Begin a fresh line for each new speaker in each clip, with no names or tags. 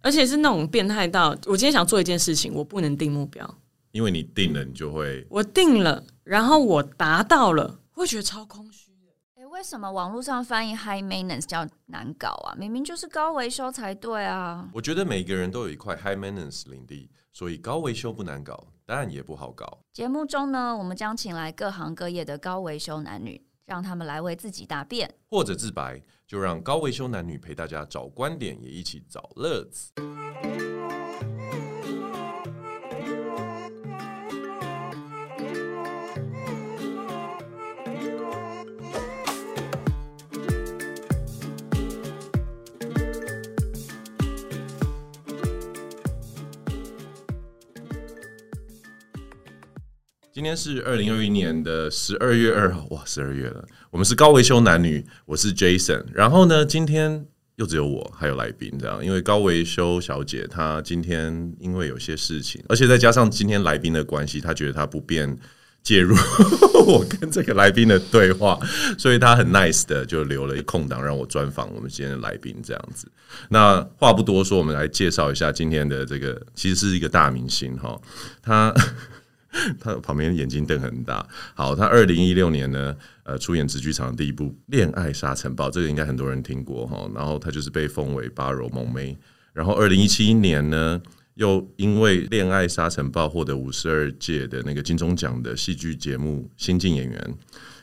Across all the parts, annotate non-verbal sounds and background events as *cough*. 而且是那种变态到，我今天想做一件事情，我不能定目标，
因为你定了，你就会
我定了，然后我达到了，会觉得超空虚。
*laughs*
哎，为什么网络上翻译 high maintenance 叫难搞啊？明明就是高维修才对啊！
我觉得每个人都有一块 high maintenance 领地，所以高维修不难搞，当然也不好搞。
节目中呢，我们将请来各行各业的高维修男女，让他们来为自己答辩。
或者自白，就让高维修男女陪大家找观点，也一起找乐子。今天是二零二一年的十二月二号，哇，十二月了。我们是高维修男女，我是 Jason。然后呢，今天又只有我，还有来宾这样，因为高维修小姐她今天因为有些事情，而且再加上今天来宾的关系，她觉得她不便介入 *laughs* 我跟这个来宾的对话，所以她很 nice 的就留了一空档让我专访我们今天的来宾这样子。那话不多说，我们来介绍一下今天的这个，其实是一个大明星哈，他。他旁边眼睛瞪很大。好，他二零一六年呢，呃，出演《直剧场》第一部《恋爱沙尘暴》，这个应该很多人听过哈。然后他就是被封为巴柔萌妹。然后二零一七年呢，又因为《恋爱沙尘暴》获得五十二届的那个金钟奖的戏剧节目新晋演员。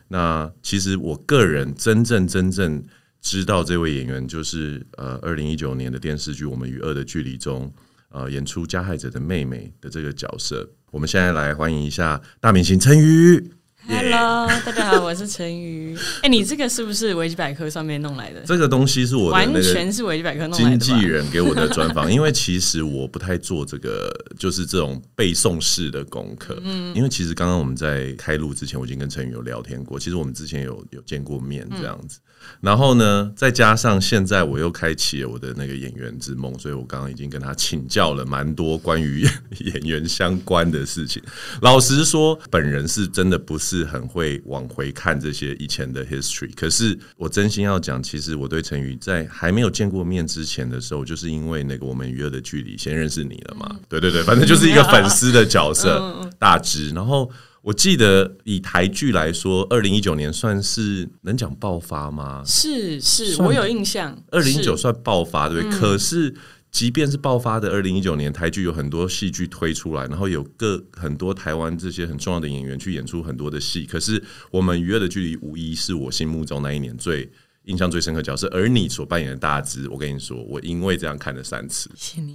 那其实我个人真正真正知道这位演员，就是呃，二零一九年的电视剧《我们与恶的距离》中，呃，演出加害者的妹妹的这个角色。我们现在来欢迎一下大明星陈宇。
Hello，大家好，我是陈瑜。哎、你这个是不是维基百科上面弄来的？
这个东西是我的
完
那个
全是维基百科弄来的吧。
经纪人给我的专访，因为其实我不太做这个，就是这种背诵式的功课。嗯，因为其实刚刚我们在开录之前，我已经跟陈宇有聊天过，其实我们之前有有见过面
嗯
这样子。然后呢，再加上现在我又开启了我的那个演员之梦，所以我刚刚已经跟他请教了蛮多关于 *laughs* 演员相关的事情。老实说，本人是真的不是很会往回看这些以前的 history。可是我真心要讲，其实我对陈宇在还没有见过面之前的时候，就是因为那个我们娱乐的距离先认识你了嘛。对对对，反正就是一个粉丝的角色，大只。然后我记得以台剧来说，二零一九年算是能讲爆发吗？
是是，
算
我有印象。
二零一九
是
算爆发，对不对？可是即便是爆发的二零一九年，台剧有很多戏剧推出来，然后有各很多台湾这些很重要的演员去演出很多的戏，可是我们娱乐的距离无疑是我心目中那一年最。印象最深刻角色，而你所扮演的大只，我跟你说，我因为这样看了三次，
谢谢你。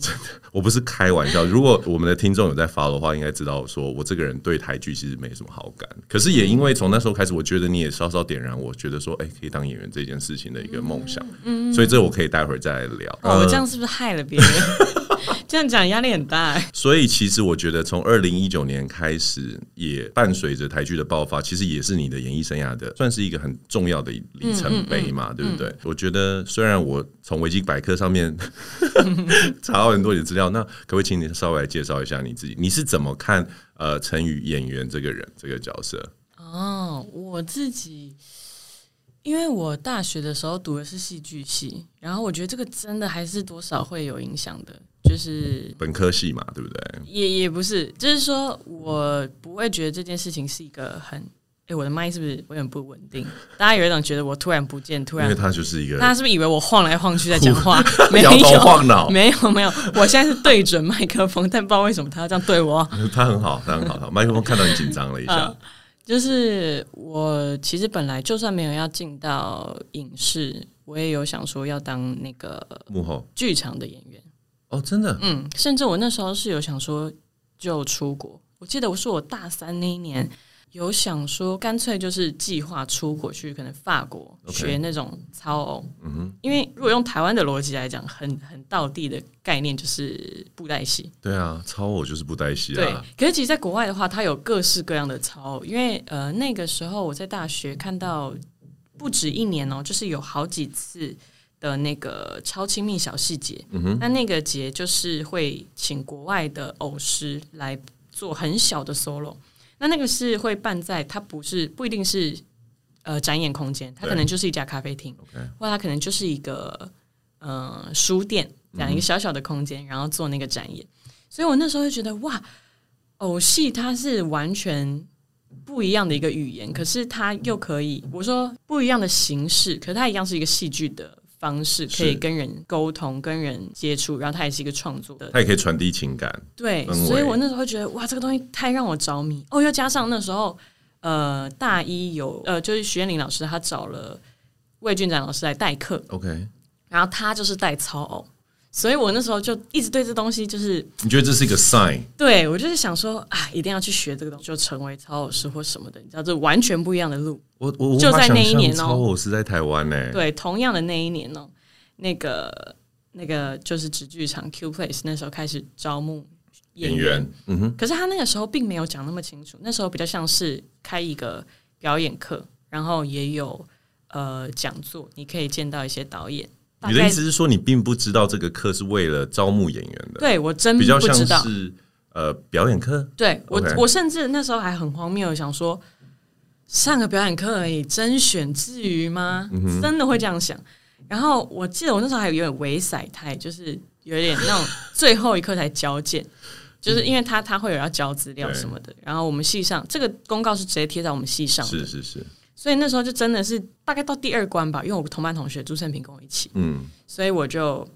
我不是开玩笑。如果我们的听众有在发的话，应该知道说我这个人对台剧其实没什么好感。可是也因为从那时候开始，我觉得你也稍稍点燃我觉得说，哎、可以当演员这件事情的一个梦想。所以这我可以待会儿再来聊。
哦，我
呃
这样是不是害了别
*laughs*
人？这样讲压力很大、哎
所以其实我觉得从二零一九年开始，也伴随着台剧的爆发，其实也是你的演艺生涯的算是一个很重要的里程
嗯
碑嘛，对不对？我觉得虽然我从维基百科上面 *laughs* 查到很多你的资料，那可不可以请你稍微来介绍一下你自己？你是怎么看呃陈宇演员这个人这个角色？
哦，我自己，因为我大学的时候读的是戏剧系，然后我觉得这个真的还是多少会有影响的，就是
本科系嘛，对不对？
也也不是，就是说我不会觉得这件事情是一个很，哎、我的麦是不是有点不稳定？大家有一种觉得我突然不见，突
因为
然。
他就是一个
大家是不是以为我晃来晃去在讲话？没有
*laughs* 摇，头晃脑，
没有，没有。我现在是对准麦克风，但不知道为什么他要这样对我。
他很好，他很好。麦克风看到你紧张了一下
嗯，就是我其实本来就算没有要进到影视，我也有想说要当那个
幕后
剧场的演员。
哦，真的
嗯，甚至我那时候是有想说就出国。我记得我是我大三那一年有想说，干脆就是计划出国去，可能法国
OK
学那种操偶。嗯哼，因为如果用台湾的逻辑来讲，很很道地的概念就是布袋戏。
对啊，超我就是布袋戏
对
啊，，
可是其实，在国外的话，它有各式各样的操，因为呃，那个时候我在大学看到不止一年哦，就是有好几次的那个超亲密小细节。那那个节就是会请国外的偶师来做很小的 solo，那那个是会办在它不是不一定是呃展演空间，它可能就是一家咖啡厅
OK，
或它可能就是一个呃书店。这样一个小小的空间，然后做那个展演。所以我那时候就觉得，哇，偶戏它是完全不一样的一个语言，可是它又可以，我说不一样的形式，可是它一样是一个戏剧的方式，可以
是
跟人沟通、跟人接触，然后它也是一个创作的
它也可以传递情感，
对，
氛
所以
围
我那时候觉得哇，这个东西太让我着迷哦。又加上那时候呃大一有呃就是徐彦霖老师他找了魏俊展老师来代课，
OK，
然后他就是带操偶，所以我那时候就一直对这东西就是
你觉得这是一个 sign？
对我就是想说啊，一定要去学这个东西，就成为操偶师或什么的，你知道这完全不一样的路。
我我无
就
法
在那
想
一年
象
哦
超偶是在台湾欸呢、
对，同样的那一年哦，那个那个就是纸剧场 Q Place 那时候开始招募
演员，嗯哼，
可是他那个时候并没有讲那么清楚，那时候比较像是开一个表演课，然后也有呃讲座，你可以见到一些导演。大
你的
概
意思是说你并不知道这个课是为了招募演员的，
对我真
比较
不
像
知道，
是呃表演课，
对我
OK
我甚至那时候还很荒谬，想说上个表演课而已，甄选至于吗？
嗯
真的会这样想。然后我记得我那时候还有点微甩态，就是有点那
*laughs*
种最后一刻才交件，就是因为他他会有要交资料
嗯对
什么的。然后我们系上这个公告是直接贴在我们系上的，
是是是，
所以那时候就真的是大概到第二关吧，因为我同班同学朱胜平跟我一起，
嗯，
所以我就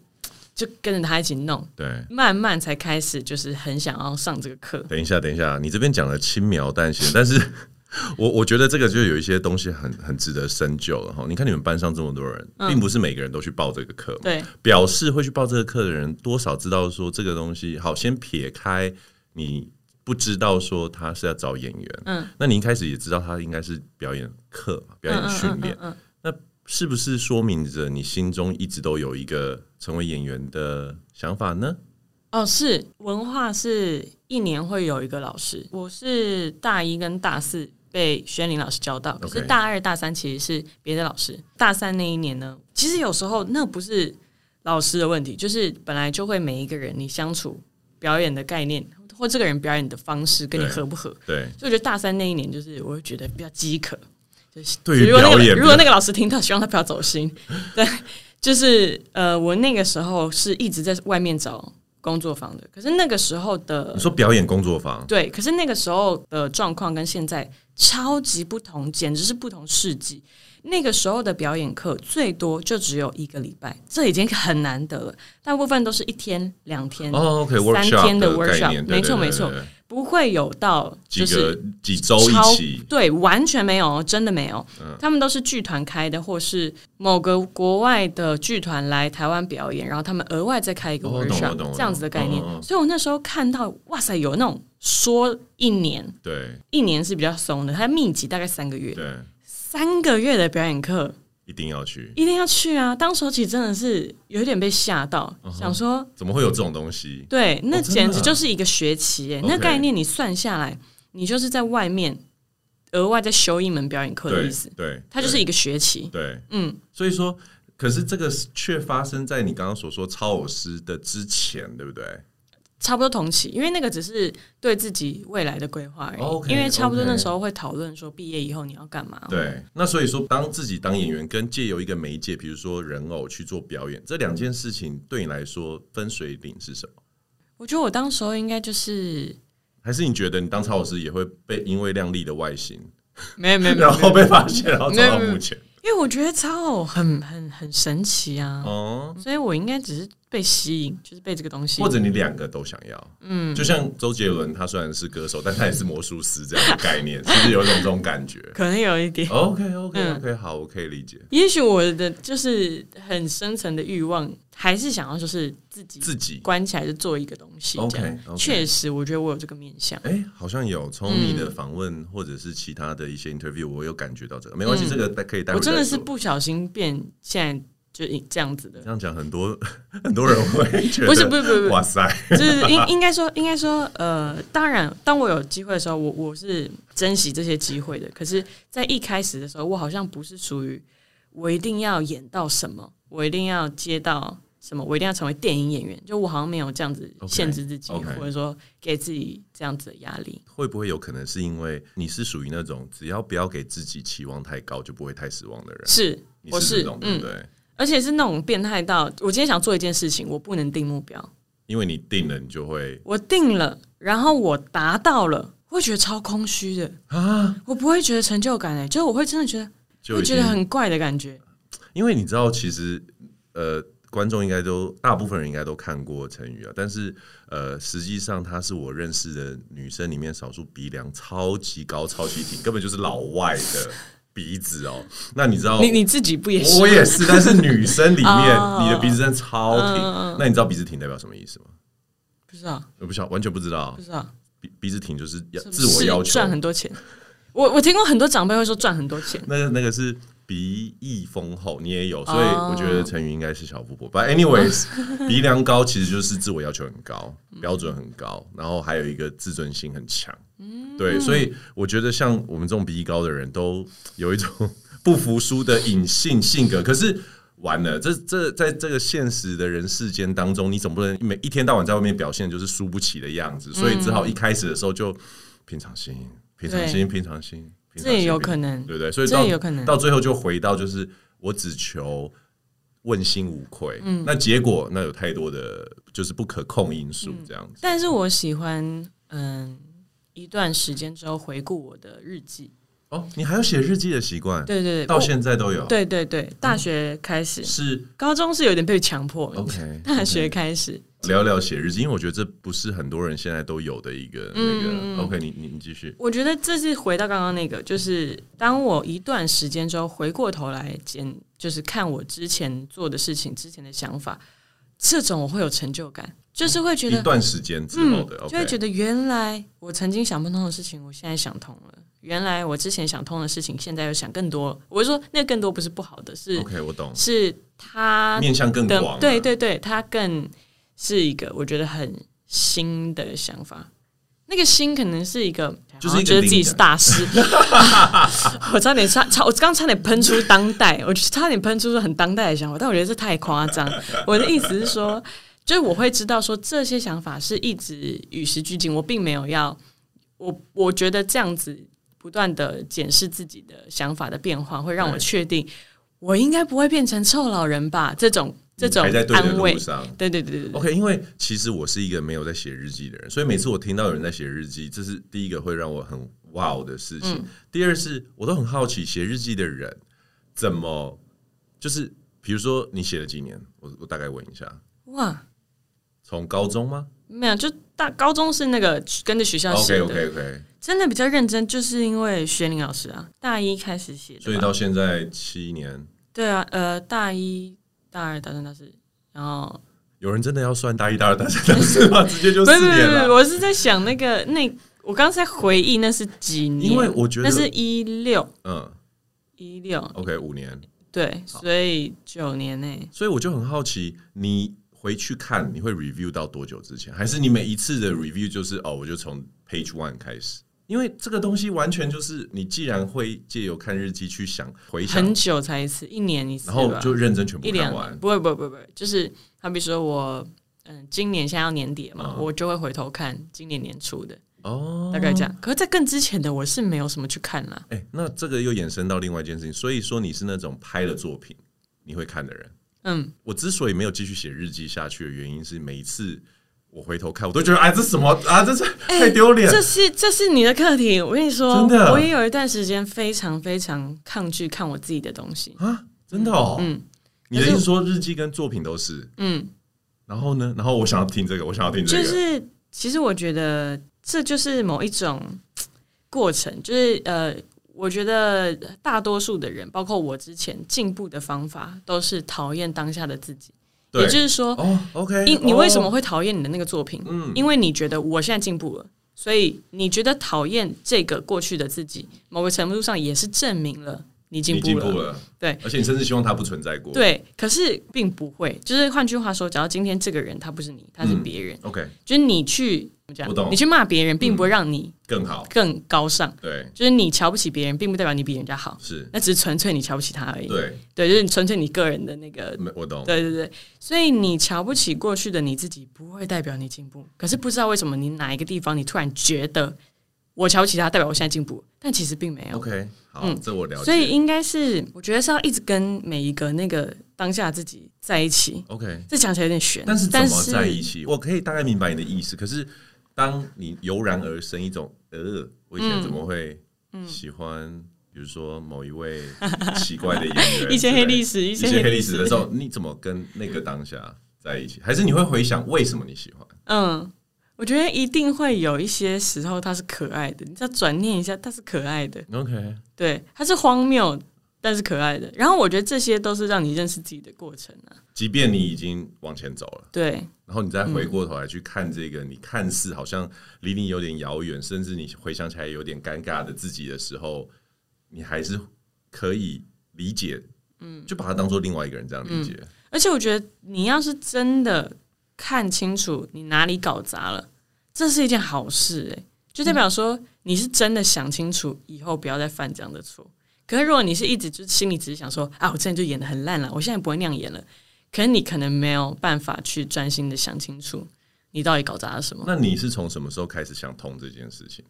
就跟着他一起弄，
对。
慢慢才开始就是很想要上这个课。
等一下，等一下，你这边讲的轻描淡写，但是 *laughs* 我我觉得这个就有一些东西很很值得深究了哈。你看你们班上这么多人，
嗯
并不是每个人都去报这个课嘛，
对
表示会去报这个课的人，多少知道说这个东西好，先撇开你不知道说他是要找演员，
嗯，
那你一开始也知道他应该是表演课嘛，表演训练，
嗯
那是不是说明着你心中一直都有一个成为演员的想法呢？
哦，是文化是一年会有一个老师，我是大一跟大四被轩林老师教到，可是
OK
大二大三其实是别的老师。大三那一年呢，其实有时候那不是老师的问题，就是本来就会每一个人你相处表演的概念，或这个人表演的方式跟你
对
合不合。
对，
所以我觉得大三那一年，就是我会觉得比较饥渴，就是
对于
如果那
表演
个
比较
如果那个老师听到，希望他不要走心。 *laughs* 对，就是呃，我那个时候是一直在外面找工作坊的，可是那个时候的
你说表演工作坊。
对，可是那个时候的状况跟现在超级不同，简直是不同世纪。那个时候的表演课最多就只有一个礼拜，这已经很难得了。大部分都是一天、两天，
哦，OK，workshop、
三天的
概
workshop，
念，
没错
对
没错，
对对对
不会有到就
几
是
个几周一
超
起，嗯
对，完全没有，真的没有。他们都是剧团开的，或是某个国外的剧团来台湾表演，然后他们额外再开一个
哦我懂
workshop，、
我懂我
这样子的概念。
懂嗯嗯嗯
所以我那时候看到，哇塞，有那种说一年，
对
一年是比较松的，它密集大概三个月，
对，
三个月的表演课
一定要去。
一定要去啊！当时候其实真的是有一点被吓到，
嗯
想说
怎么会有这种东西？
对，那
真的
简直
啊
就是一个学期耶！
哦 OK
那概念你算下来，你就是在外面额外再修一门表演课的
对
意思，
对，
它就是一个学期。
对，
嗯，
所以说，可是这个却发生在你刚刚所说超偶师的之前，对不对？
哦差不多同期，因为那个只是对自己未来的规划而已。
哦 OK，
因为差不多
OK
那时候会讨论说毕业以后你要干嘛。
对，那所以说，当自己当演员跟借由一个媒介，比如说人偶去做表演，这两件事情对你来说分水岭是什么？
我觉得我当时候应该就是
还是你觉得你当超偶师也会被因为靓丽的外形，
没有没有没有
然，后被发现，然后走
没有
到
没有
目前？
因为我觉得超偶很很很神奇啊，
哦，
所以我应该只是被吸引，就是被这个东西
或者你两个都想要，嗯，就像周杰伦，他虽然是歌手，但他也是魔术师这样的概念，是不是有一种这种感觉
*laughs* 可嗯能有一点。
？OK OK OK，好，我可以理解
也许我的就是很深层的欲望，还是想要就是自己
自己。
关起来就做一个东西。这样
OK，OK
确实，我觉得我有这个面向。
哎、好像有从你
嗯
的访问或者是其他的一些 interview，我有感觉到这个，没关系，这个待可以待
嗯
会
我
再
真的是
说
不小心变现在就这样子的
这，样讲，很多 *laughs* 很多人会觉得
不是不是不是不是
哇塞，
就是应应该说应该说呃，当然，当我有机会的时候，我我是珍惜这些机会的。可是，在一开始的时候，我好像不是属于我一定要演到什么，我一定要接到什么，我一定要成为电影演员。就我好像没有这样子
OK，
限制自己
OK
或者说给自己这样子的压力。
会不会有可能是因为你是属于那种只要不要给自己期望太高，就不会太失望的人？
是，
啊你
我
是这种对不
嗯，
对？
而且是那种变态到，我今天想做一件事情，我不能定目标，
因为你定了，你就会
我定了，然后我达到了，会觉得超空虚的啊！我不会觉得成就感哎、就是我会真的觉得，
就
会
已
觉
经
得很怪的感觉。
因为你知道，其实呃，观众应该都大部分人应该都看过成语啊，但是呃，实际上她是我认识的女生里面少数鼻梁超级高、超级挺，根本就是老外的鼻子哦。那你知道
你你自己不也是？
我也是，但是女生里
哦
面你的鼻子真的超挺。那你知道鼻子挺代表什么意思吗？
不知道，
我不晓完全不知道
不，知道，
鼻鼻子挺就是要
是
自我要
是
求，
赚很多钱。我我听过很多长辈会说赚很多钱，
那个那个是鼻翼丰厚，你也有，所以
哦
我觉得成语应该是小富婆。But anyways，鼻梁高其实就是自我要求很高，标准很高，然后还有一个自尊心很强。
嗯
对，所以我觉得像我们这种鼻翼高的人都有一种 *laughs* 不服输的隐性性格，可是。完了，这这在这个现实的人世间当中，你总不能每一天到晚在外面表现就是输不起的样子，所以只好一开始的时候就平常心，平
嗯
常
对
心，平常心，平常
这也
心
有
平
可能
对不对？所以
这
到
也有可能
到最后就回到就是我只求问心无愧。
嗯
那结果那有太多的就是不可控因素
嗯
这样子。
但是我喜欢嗯。一段时间之后回顾我的日记，
哦，你还有写日记的习惯，
对对对，
到
我
现在都有。，
对对对，大学开始，
是
高中是有点被强迫
OK
大学开始，
聊聊写日记，因为我觉得这不是很多人现在都有的一个那
嗯
个。OK，你你你继续。
我觉得这是回到刚刚那个，就是当我一段时间之后回过头来检，就是看我之前做的事情、之前的想法，这种我会有成就感，就是会觉
一
得，
段时间之后
嗯
的，，
就会觉
得
得原来我曾经想不通的事情，我现在想通了；原来我之前想通的事情，现在又想更多了。我是说，那更多不是不好的，是
OK，我懂，
是它
面向更
的
广。
对，对对，它更是一个我觉得很新的想法。那个新可能是一个，
就是
好像
一个
觉得自己
灵
是
感
大师， *laughs* 我差点差差，我刚差点喷出当代，我差点喷出很当代的想法，但我觉得这太夸张。我的意思是说，就是我会知道说这些想法是一直与时俱进，我并没有要我我觉得这样子不断的检视自己的想法的变化，会让我
对
确定我应该不会变成臭老人吧？这种这种
还嗯在对的
安慰
路，上。
对对对对对，
OK，因为其实我是一个没有在写日记的人，所以每
嗯
次我听到有人在写日记，这是第一个会让我很 wow 的事
嗯
情。第二是，我都很好奇写日记的人怎么，就是比如说你写了几年，我我大概问一下，
哇，
从高中吗
没有，就大高中是那个跟着学校写
？OK
的
OK OK，
真的比较认真，就是因为学林老师啊，大一开始写
所
的
以
吧，
到现在七年，
对啊，呃，大一、大二、大三、大四，然后
有人真的要算大一、大二、大三、大
*laughs*
四吗？直接就
不
四
是不
年
是，不是
了。
我是在想那个那，我刚才回忆那是几年，
因为我觉得
那是一六
嗯
一六，
，OK，五年，
对，所以九年内、
所以我就很好奇，你回去
嗯
看你会 review 到多久之前？还是你每一次的 review 就是哦，我就从 page one 开始？因为这个东西完全就是你既然会借由看日记去想回
很
想，
久才一次，一年一次
然
吧，
后就认真全部
一两
看
年，
完。
不会不会不会不会，就是好比说我嗯，今年现在要年底了嘛，
嗯
我就会回头看今年年初的，
哦，
大概这样。可是，在更之前的我是没有什么去看啦，
哎、那这个又衍生到另外一件事情，所以说你是那种拍了作品你会看的人。
嗯，
我之所以没有继续写日记下去的原因是，每一次我回头看，我都觉得哎，这什么啊，这是太丢脸了。
这是这是你的课题。我跟你说，
真的
我也有一段时间非常非常抗拒看我自己的东西，
啊，真的哦。
嗯
你的意思说日记跟作品都是？
嗯，
然后呢？然后我想要听这个，我想要听这
就
个。
是其实我觉得这就是某一种嘖过程，就是呃。我觉得大多数的人，包括我之前进步的方法，都是讨厌当下的自己。
对，
也就是说，
哦，OK，
因你
哦
为什么会讨厌你的那个作品？
嗯
因为你觉得我现在进步了，所以你觉得讨厌这个过去的自己，某个程度上也是证明了你进
你
步
进
了。
步了？
对，
而且你甚至希望它不存在
*laughs*
过。
对，可是并不会，就是换句话说，只要今天这个人他不是你，他是别人，
，OK，
就是你去怎么
我
讲，
懂
你去骂别人，并
嗯
不会让你
更好。
更高尚。
对，
就是你瞧不起别人，并不代表你比人家好，
是，
那只是纯粹你瞧不起他而已。
对，
对，就是你纯粹你个人的那个
没我懂。
对对对，所以你瞧不起过去的你自己，不会代表你进步。可是不知道为什么，你哪一个地方你突然觉得我瞧不起他，代表我现在进步，但其实并没有。
OK，好，
嗯
这我了解。
所以应该是，我觉得是要一直跟每一个那个当下自己在一起。
OK，
这讲起来有点悬，
但是怎
但
么在一起？我可以大概明白你的意思，可是当你油然而生一种呃，我以
嗯
前怎么会喜欢，比如说某
*laughs*
一位奇怪的演员，
一些黑历
史，
史，一
一
些
些黑历
史
史的时候，你怎么跟那个当下在一起？还是你会回想为什么你喜欢？
嗯，我觉得一定会有一些时候它是可爱的，你只要转念一下，它是可爱的，
OK，
对，它是荒谬但是可爱的。然后我觉得这些都是让你认识自己的过程啊，
即便你已经往前走了，
对，
然后你再回过头来去看这个，你看似好像离你有点遥远，甚至你回想起来有点尴尬的自己的时候，你还是可以理解，嗯，就把它当做另外一个人这样
嗯
理解。
而且我觉得你要是真的看清楚你哪里搞砸了，这是一件好事诶、就代表说你是真的想清楚以后不要再犯这样的错。可是如果你是一直就心里只是想说啊，我之前就演的很烂了，我现在不会那样演了，可是你可能没有办法去专心的想清楚你到底搞砸了什么。
那你是从什么时候开始想通这件事情？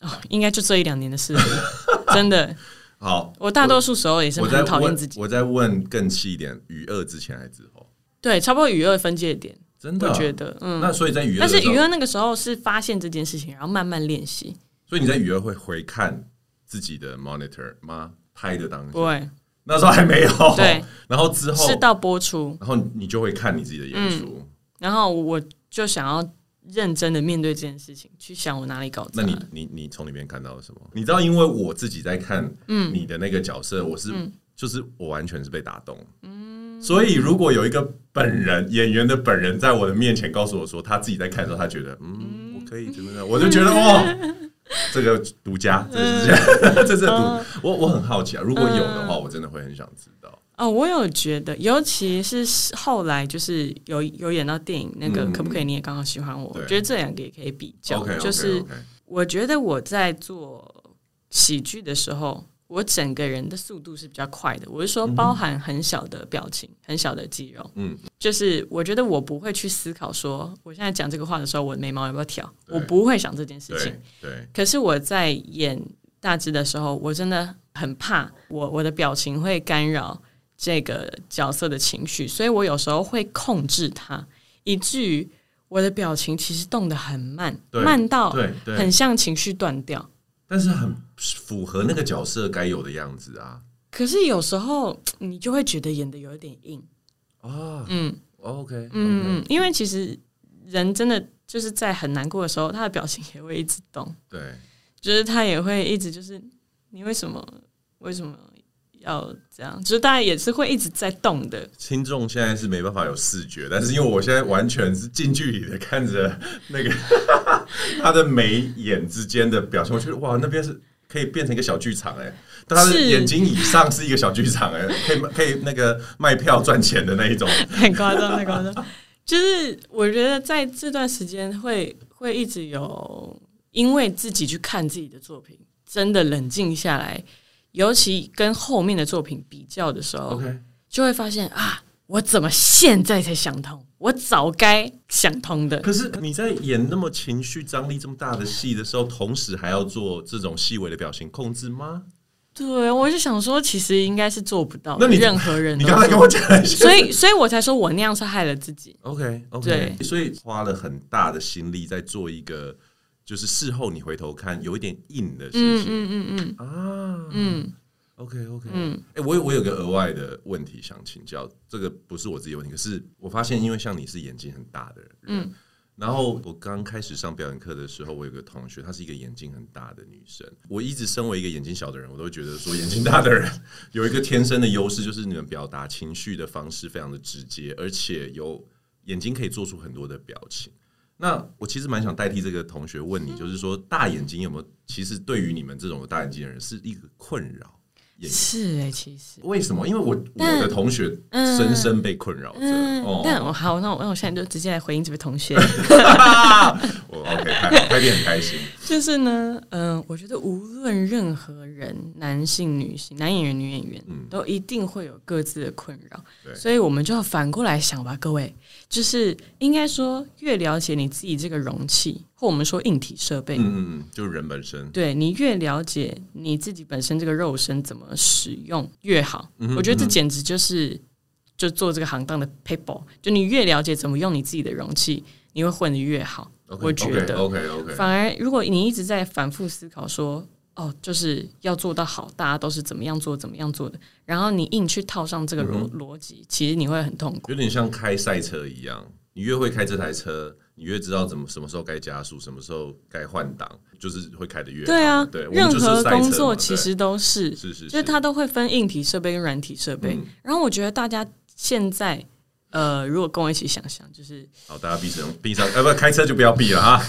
哦，应该就这一两年的事而已，真的。
好，
我大多数时候也是
我在
很讨厌
问
自，己，
我在问更细一点，余二之前还是之后？
对，差不多与二分界点，
真的
我
啊，
觉得，嗯。
那所以在余
但
二的时候，
是余二那个时候是发现这件事情，然后慢慢练习，
所以你在余二会回看自己的 monitor 吗？拍的当
不
下，
会
那时候还没有，
对，
然后之后
是嗯到播出，
然后你就会看你自己的演出。
然后我就想要认真的面对这件事情，去想我哪里搞
那
砸
你
了。
你你从里面看到了什么？你知道，因为我自己在看，嗯，你的那个角色，我是、
嗯
就是我完全是被打动，嗯。所以如果有一个本人演员的本人在我的面前告诉我说他自己在看的时候，他觉得嗯，我可以怎么样，我就觉得哇，这个独家，这是这样，这是独，
嗯
我我很好奇啊。如果有的话，我真的会很想知道。
哦，我有觉得，尤其是后来就是有有演到电影那个，
嗯
可不可以你也刚好喜欢我？
对
我觉得这两个也可以比较
OK，
就是。
OK，OK
我觉得我在做喜剧的时候，我整个人的速度是比较快的。我是说，包含很小的表情、很小的肌肉，
嗯，
就是我觉得我不会去思考说，我现在讲这个话的时候，我的眉毛要不要挑，
对
我不会想这件事情
对。对，
可是我在演大致的时候，我真的很怕我我的表情会干扰这个角色的情绪，所以我有时候会控制它，以至于我的表情其实动得很慢，
对
慢到
对对
哦很像情绪断掉。
但是很符合那个角色该有的样子啊。
可是有时候你就会觉得演的有一点硬，
啊
嗯
，OK，
嗯嗯，因为其实人真的就是在很难过的时候，他的表情也会一直动。
对，
就是他也会一直就是你为什么为什么要这样？就是大家也是会一直在动的， *laughs*
听众现在是没办法有视觉，但是因为我现在完全是近距离的看着那
*laughs*
个他的眉眼之间的表情，我觉得哇，那边是可以变成一个小剧场哎、但他的
是
眼睛以上是一个小剧
*laughs*
场哎、可以可以那个卖票赚钱的那一种，
太夸张，太夸张。就是我觉得在这段时间会会一直有因为自己去看自己的作品，真的冷静下来，尤其跟后面的作品比较的时候
OK
就会发现啊，我怎么现在才想通？我早该想通的。
可是你在演那么情绪张力这么大的戏的时候，同时还要做这种细微的表情控制吗？
对，我就想说，其实应该是做不到的，
那你
任何人
你
都
刚才
做
跟我讲了一些，
所以，所以我才说我那样是害了自己。
OK OK，
对
所以花了很大的心力在做一个，就是事后你回头看有一点硬的事情、
嗯嗯
啊。
嗯
OK OK，嗯
嗯，
哎、我有我有个额外的问题想请教，这个不是我自己的问题，可是我发现，因为像你是眼睛很大的人，嗯，然后我刚开始上表演课的时候，我有个同学，她是一个眼睛很大的女生，我一直身为一个眼睛小的人，我都会觉得说，眼睛大的人有一个天生的优势，就是你们表达情绪的方式非常的直接，而且有眼睛可以做出很多的表情。那我其实蛮想代替这个同学问
嗯
你，就是说大眼睛有没有？其实对于你们这种有大眼睛的人是一个困扰。
嗯，是哎、其实，
为什么？因为我我
但
的同学
嗯
深深被困扰着。
嗯，但
哦，
我好，那我那我现在就直接来回应这位同学，
我啊 OK，太好，开店很开心。
就是呢，嗯、嗯，我觉得无论任何人，男性、女性、男演员、女演员，都一定会有各自的困扰，
嗯对
所以我们就要反过来想吧，各位，就是应该说，越了解你自己这个容器，或我们说硬体设备，
嗯嗯，就是人本身，
对你越了解你自己本身这个肉身怎么使用越好，
嗯
我觉得这简直就是就做这个行当的 paper，就你越了解怎么用你自己的容器，你会混得越好。我觉得
OK OK，
反而如果你一直在反复思考说，哦，就是要做到好，大家都是怎么样做怎么样做的，然后你硬去套上
嗯
这个逻逻辑，其实你会很痛苦。
有点像开赛车一样，你越会开这台车，你越知道怎么什么时候该加速，什么时候该换挡，就是会开得越好
对啊，
对，我们
任
就是
何
赛车嘛
工作
对
其实都是，
是嗯是
就是它都会分硬体设备跟软体设备。然后我觉得大家现在，呃，如果跟我一起想象，就是 *laughs*
好，大家闭上闭上，呃，不，开车就不要闭了啊。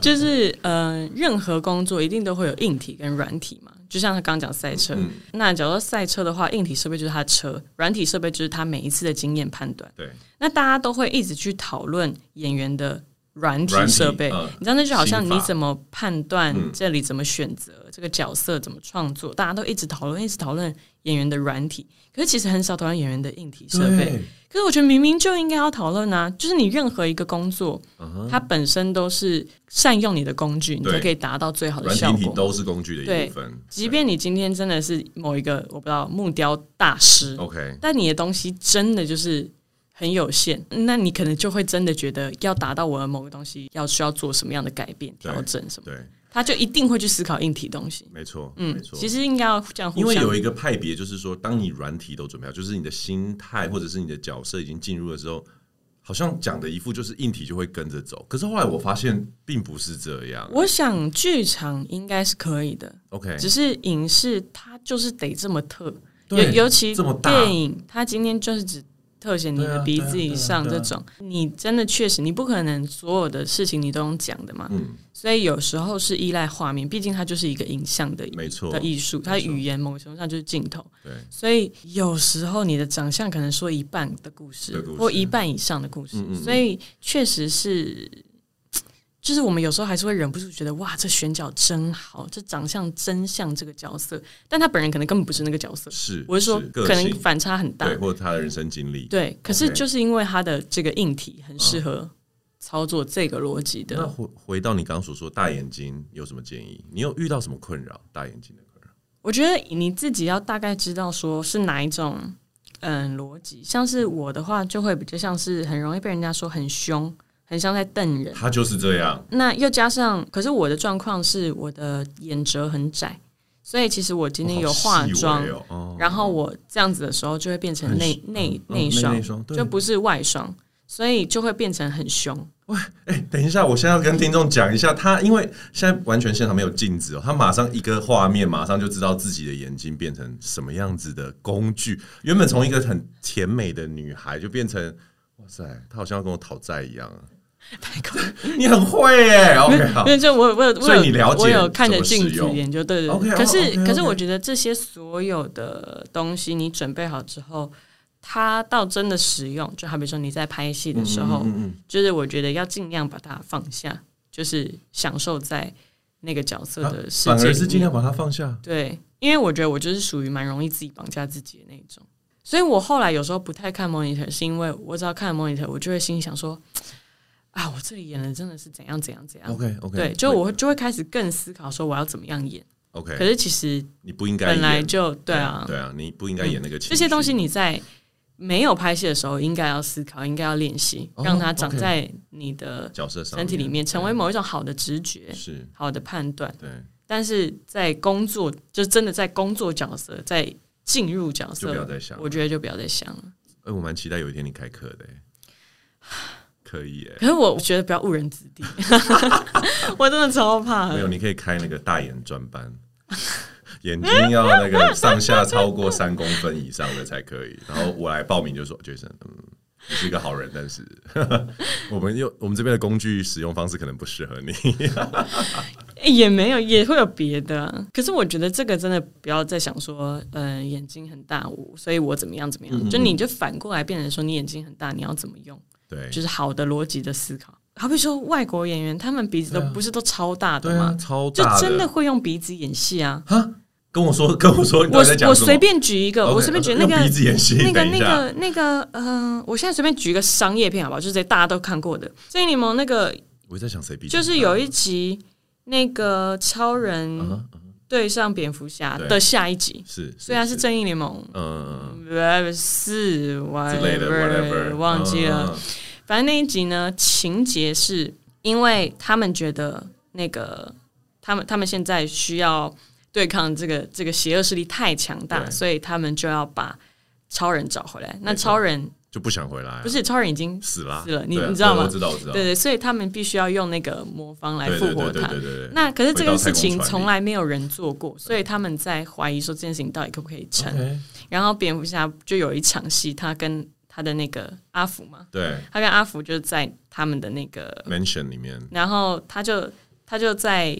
就是呃，任何工作一定都会有硬体跟软体嘛。就像他刚刚讲赛车，
嗯
那假如说赛车的话，硬体设备就是他的车，软体设备就是他每一次的经验判断。
对，
那大家都会一直去讨论演员的软体
软体
设备，
嗯
你知道那就好像
心法
你怎么判断这里怎么选择、这个角色怎么创作，大家都一直讨论，一直讨论演员的软体，可是其实很少讨论演员的硬体设备。
对
可是我觉得明明就应该要讨论啊，就是你任何一个工作，它本身都是善用你的工具，你
嗯对
才可以达到最好的
软
效
体体
果。
都是工具的一
对
部分。
即便你今天真的是某一个我不知道木雕大师，
OK，
但你的东西真的就是很有限，那你可能就会真的觉得要达到我的某个东西，要需要做什么样的改变、
对
调整什么，
对，
他就一定会去思考硬体东西。
没错，没
嗯，
错。
其实应该要这样互
因为
相。
有一个派别，就是说，当你软体都准备好，就是你的心态或者是你的角色已经进入的时候，好像讲的一副就是硬体就会跟着走。可是后来我发现并不是这样。
我想剧场应该是可以的，
OK，
只是影视它就是得这么特，尤
对
尤其
这么大
电影，它今天就是只特写你
对
的
啊
鼻子以上
对
这
啊对啊
种，你真的确实你不可能所有的事情你都用讲的嘛，
嗯，
所以有时候是依赖画面，毕竟它就是一个影像的
没错
的，艺术，它
没错
语言某个程度上就是镜头，
对，
所以有时候你的长相可能说一半的故事，
的故事
或一半以上的故事，
嗯嗯嗯
所以确实是，就是我们有时候还是会忍不住觉得哇，这选角真好，这长相真像这个角色，但他本人可能根本不是那个角色，
是，
我是说
个
可能
性
反差很大，
对，或者他的人生经历。
对，可是
OK 嗯
就是因为他的这个硬体很适合操作这个逻辑的
那回回到你刚刚所说大眼睛有什么建议？你有遇到什么困扰？大眼睛的困扰？
我觉得你自己要大概知道说是哪一种嗯逻辑，像是我的话就会比较像是很容易被人家说很凶，很像在瞪人。
他就是这样，
那又加上，可是我的状况是我的眼褶很窄，所以其实我今天有化妆，
好细微哦哦嗯
然后我这样子的时候就会变成内内内双，
内双对
就不是外双，所以就会变成很凶。
哎、等一下，我现在要跟听众讲一下，他因为现在完全现场没有镜子哦，他马上一个画面，马上就知道自己的眼睛变成什么样子的工具。原本从一个很甜美的女孩，就变成哇塞，她好像要跟我讨
*laughs*
债一样啊！
太恐怖
你很会耶、o 哦 k 好
因，为这我有我有我
所以
有
你了解
我有看着
怎么
镜
使
子
用
研究，对对对。
OK，
可是
OK，OK
可是我觉得这些所有的东西你准备好之后，它到真的使用，就好比说你在拍戏的时候，
嗯嗯
就是我觉得要尽量把它放下，就是享受在那个角色
嗯，啊
的世
反
界
而是
里
尽
面。
量把它放下。
对，因为我觉得我就是属于蛮容易自己绑架自己的那种，所以我后来有时候不太看 monitor，是因为我只要看 monitor，我就会心里想说，啊，我这里演的真的是怎样怎样怎样。
OK OK，
对，就我会就会开始更思考说我要怎么样演。可
OK，
是其实
你不应该
本来
演
就对啊，
对啊，你不应该演那个情
这些东西
绪
你在没有拍戏的时候应该要思考，应该要练习，
哦
让它长
OK
在你的
角色上
身体里面，成为某一种好的直觉
对、是
好的判断。
对，
但是在工作，就真的在工作角色，在进入角
就不要
色，
再想了。
我觉得就不要再想了。
哎、我蛮期待有一天你开课的、欸，可以哎、
可是我觉得不要误人子弟， *laughs* 我真的超怕的
没有，你可以开那个大眼专班， *laughs* 眼睛要那个上下超过三公分以上的才可以。然后我来报名就说，Jason，嗯，你是一个好人，但是 *laughs* 我们用我们这边的工具使用方式可能不适合你。
欸也没有，也会有别的啊。可是我觉得这个真的不要再想说，嗯、眼睛很大，我所以我怎么样怎
嗯
么样，就你就反过来变成说，你眼睛很大，你要怎么用，
对，
就是好的逻辑的思考。好比说外国演员，他们鼻子都
对啊
不是都超大
对
的
啊
吗，？
超
就
大
真的会用鼻子演戏啊！
哈，跟我说跟我说，你
我
到底在讲
我
什么
随便举一个，
OK，呃
我随便举那个
用鼻子演戏，
那个
等一
那
下
个那个，呃，我现在随便举一个商业片好不好？就是在大家都看过的《正义联盟》那个，
我在想谁比较嗯
就是有一集那个超人对上蝙蝠侠
对
的下一集，
是，
虽然是正义联盟。
嗯
呃，四
之类的
whatever
whatever，
忘记了，
嗯
反正那一集呢，情节是因为他们觉得那个他们他们现在需要对抗这个这个邪恶势力太强大，
对
所以他们就要把超人找回来。那
没错
超人
就不想回来啊，
不是超人已经
死了啊
死了你
对啊
你知道吗
对我知道我知道，
对对，所以他们必须要用那个魔方来
对
复
对
活
对对
他。
对对对。
那可是这
回
个
到太
事
空
情
船里
从来没有人做过，所以他们在怀疑说这件事情到底可不可以成。
OK，
然后蝙蝠侠就有一场戏，他跟他的那个阿福嘛，
对
他跟阿福就是在他们的那个，
mention 里面
然后他就他就在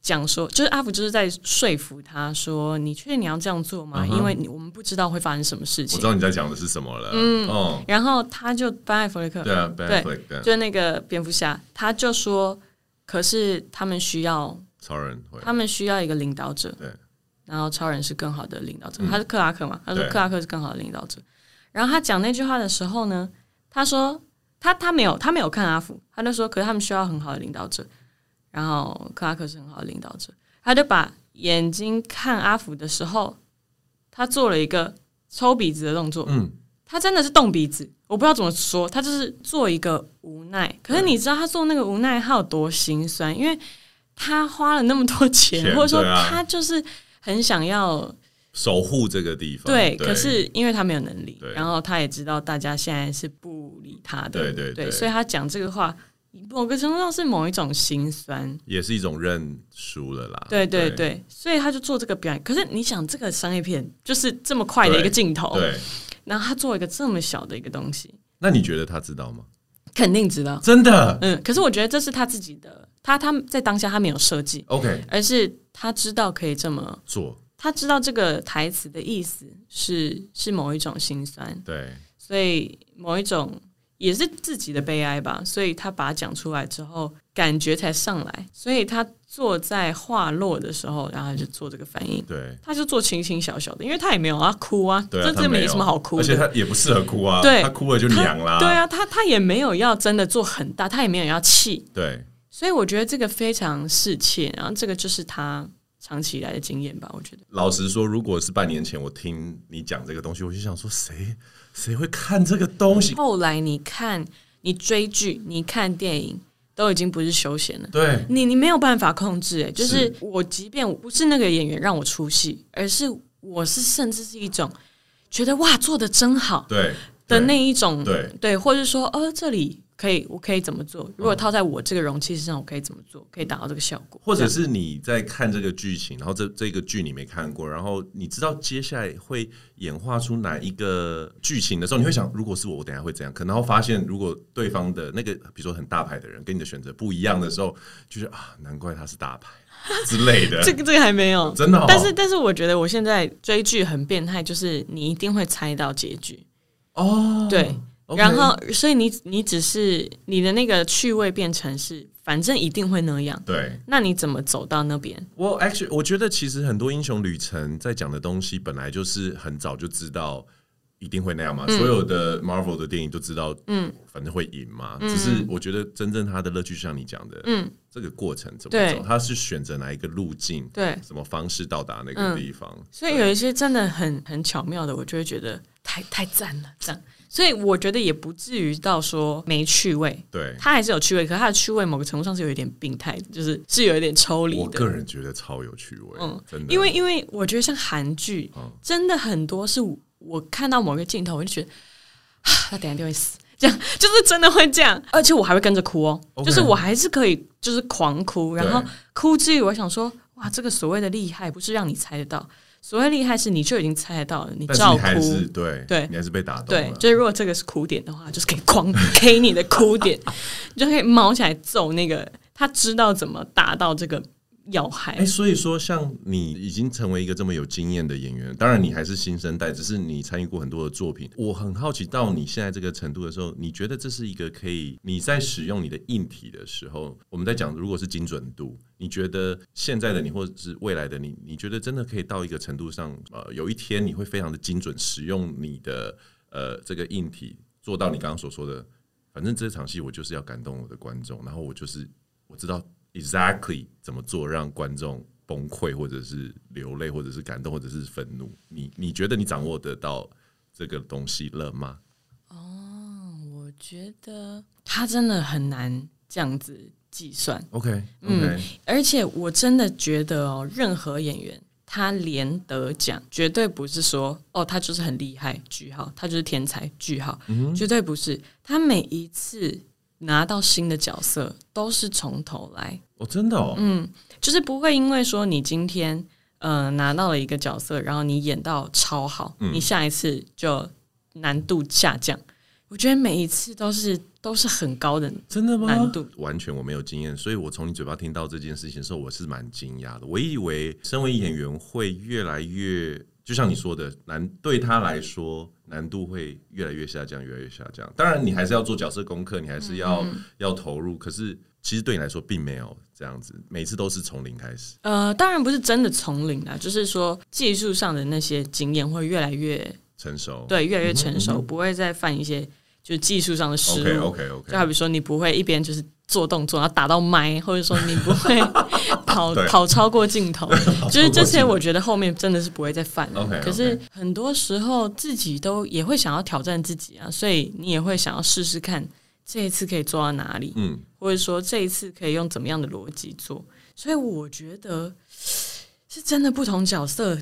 讲说，就是阿福就是在说服他说，你确定你要这样做吗？
嗯哼
因为你我们不知道会发生什么事
我
情
知。道你在讲的是什么了。嗯，哦，
然后他就班艾弗雷克，
对啊 b a n f l i c
就是那个蝙蝠侠，他就说，可是他们需要
超人会，
他们需要一个领导者，
对，嗯
然后超人是更好的领导者，他是克拉克嘛，他说
对
克拉克是更好的领导者。然后他讲那句话的时候呢，他说他他没有他没有看阿福，他就说，可是他们需要很好的领导者，然后克拉克是很好的领导者，他就把眼睛看阿福的时候，他做了一个抽鼻子的动作，
嗯，
他真的是动鼻子，我不知道怎么说，他就是做一个无奈。可是你知道他做那个无奈他有多心酸，因为他花了那么多钱，
钱
或者说
对啊
他就是很想要
守护这个地方。
对，可是因为他没有能力
对，
然后他也知道大家现在是不理他的，
对对对
所以他讲这个话，某个程度上是某一种心酸。
也是一种认输了啦。
对对
啊对
对，所以他就做这个表演。可是你想，这个商业片就是这么快的一个
对
镜头，
对
然后他做一个这么小的一个东西，
那你觉得他知道吗？
肯定知道。
真的
嗯，可是我觉得这是他自己的，他他在当下他没有设计，
？OK，
而是他知道可以这么，
做
他知道这个台词的意思是是某一种心酸，
对
所以某一种也是自己的悲哀吧，所以他把它讲出来之后，感觉才上来，所以他坐在话落的时候，然后他就做这个反应。
对
他就做轻轻小小的，因为他也没有啊哭啊，
对啊，
这
他
这
没
没
有
什么好哭的。
而且他也不适合哭啊，
对
他哭了就凉
他
啦。
对啊，他他也没有要真的做很大，他也没有要气，
对，
所以我觉得这个非常适切，然后这个就是他长期以来的经验吧，我觉得。
老实说，如果是半年前我听你讲这个东西，我就想说谁谁会看这个东西？
后来你看，你追剧，你看电影，都已经不是休闲了。
对
你你没有办法控制、哎，就是
是
我，即便我不是那个演员让我出戏，而是我是甚至是一种觉得哇做的真好
对
的
对
那一种，
对
或者说哦这里可以，我可以怎么做？如果套在我这个容器上，我可以怎么做？可以达到这个效果？
嗯或者是你在看这个剧情，然后这这个剧你没看过，然后你知道接下来会演化出哪一个剧情的时候，你会想，如果是我，我等一下会怎样？可能会发现，如果对方的那个，比如说很大牌的人跟你的选择不一样的时候，就是啊，难怪他是大牌之类的。
这个这个还没有，
真的哦
但是但是我觉得我现在追剧很变态，就是你一定会猜到结局，
哦，
对。
OK
然后，所以你你只是你的那个趣味变成是，反正一定会那样。
对，
那你怎么走到那边？
我 actually 我觉得其实很多英雄旅程在讲的东西，本来就是很早就知道一定会那样嘛。
嗯
所有的 Marvel 的电影都知道，嗯，反正会赢嘛。
嗯
只是我觉得真正它的乐趣，就像你讲的，嗯，这个过程怎么
对
走，他是选择哪一个路径，
对嗯
什么方式到达那个地方。
所以有一些真的很很巧妙的，我就会觉得太太赞了，这样。所以我觉得也不至于到说没趣味，
对，
它还是有趣味，可是它的趣味某个程度上是有一点病态，就是是有一点抽离
我
的。
个人觉得超有趣味，
嗯
真的，
因为因为我觉得像韩剧
嗯，
真的很多是我我看到某个镜头，我就觉得，啊，他等一下一定会死，这样就是真的会这样，而且我还会跟着哭哦
OK
就是我还是可以就是狂哭，
对
然后哭之余，我想说，哇，这个所谓的厉害不是让你猜得到，所谓厉害是你就已经猜得到了，你
但是
照
你还
哭。
是对，
对
你还是被打动
对
了，。
就是如果这个是哭点的话，就是可以狂 K *laughs* 你的哭点，你就可以毛起来揍那个，他知道怎么达到这个要害
哎、。所以说，像你已经成为一个这么有经验的演员，当然你还是新生代，只是你参与过很多的作品。我很好奇，到你现在这个程度的时候，你觉得这是一个可以你在使用你的硬体的时候，我们在讲如果是精准度，你觉得现在的你或者是未来的你，你觉得真的可以到一个程度上，呃，有一天你会非常的精准使用你的呃这个硬体，做到你刚刚所说的，反正这场戏我就是要感动我的观众，然后我就是我知道 exactly 怎么做让观众崩溃，或者是流泪，或者是感动，或者是愤怒。你你觉得你掌握得到这个东西了吗？
我觉得它真的很难这样子计算，
OK OK，、
而且我真的觉得哦，任何演员他连得奖，绝对不是说哦他就是很厉害句号，他就是天才句号，绝对不是。他每一次拿到新的角色都是从头来，
哦，真的哦，嗯，
就是不会因为说你今天呃拿到了一个角色，然后你演到超好，你下一次就难度下降。我觉得每一次都是都是很高的
真的吗？
难度
完全我没有经验，所以我从你嘴巴听到这件事情的时候，我是蛮惊讶的。我以为身为演员会越来越，就像你说的，难对他来
嗯
说难度会越来越下降，越来越下降。当然，你还是要做角色功课，你还是要、
嗯
要投入，可是其实对你来说并没有这样子，每次都是从零开始。
呃，当然不是真的从零啦，就是说技术上的那些经验会越来越
成熟，
对，越来越成
嗯
熟，不会再犯一些就是技术上的失误。
，OK OK
就好
OK，
比说，你不会一边就是做动作，然后打到麦，或者说你不
*laughs*
会跑
对
跑超过镜
*laughs*
头，就是这些，我觉得后面真的是不会再犯了。
OK，OK
可是很多时候自己都也会想要挑战自己啊，所以你也会想要试试看这一次可以做到哪里，
嗯，
或者说这一次可以用怎么样的逻辑做。所以我觉得是真的不同角色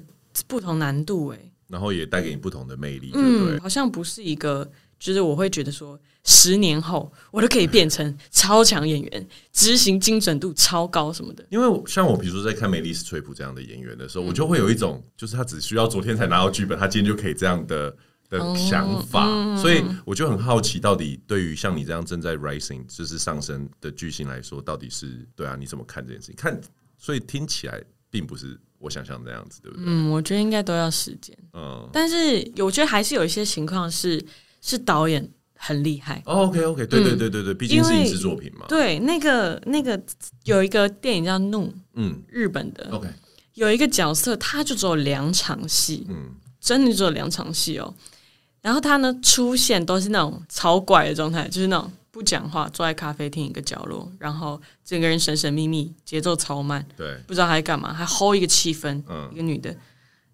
不同难度诶、
然后也带给你不同的魅力，对不对？
嗯，好像不是一个，就是我会觉得说，十年后我都可以变成超强演员，执行精准度超高什么的。
因为像我，比如说在看梅丽史翠普这样的演员的时
嗯
候，我就会有一种，就是他只需要昨天才拿到剧本，他今天就可以这样的
哦
的想法，
嗯
所以我就很好奇，到底对于像你这样正在 rising 就是上升的巨星来说，到底是对啊？你怎么看这件事情？看，所以听起来并不是我想象的样子，对不对？
嗯，我觉得应该都要时间，
嗯。
但是我觉得还是有一些情况是是导演很厉害。
哦 OK OK，对对对对对，毕竟
嗯
是
因为
影视作品嘛。
对，那个那个有一个电影叫《怒》，
嗯
日本的，
，OK，
有一个角色，他就只有两场戏，
嗯，
真的只有两场戏哦。然后他呢出现都是那种超怪的状态，就是那种不讲话，坐在咖啡厅一个角落，然后整个人神神秘秘，节奏超慢，
对，
不知道他在干嘛，还 hold 一个气氛，
嗯
一，个女的，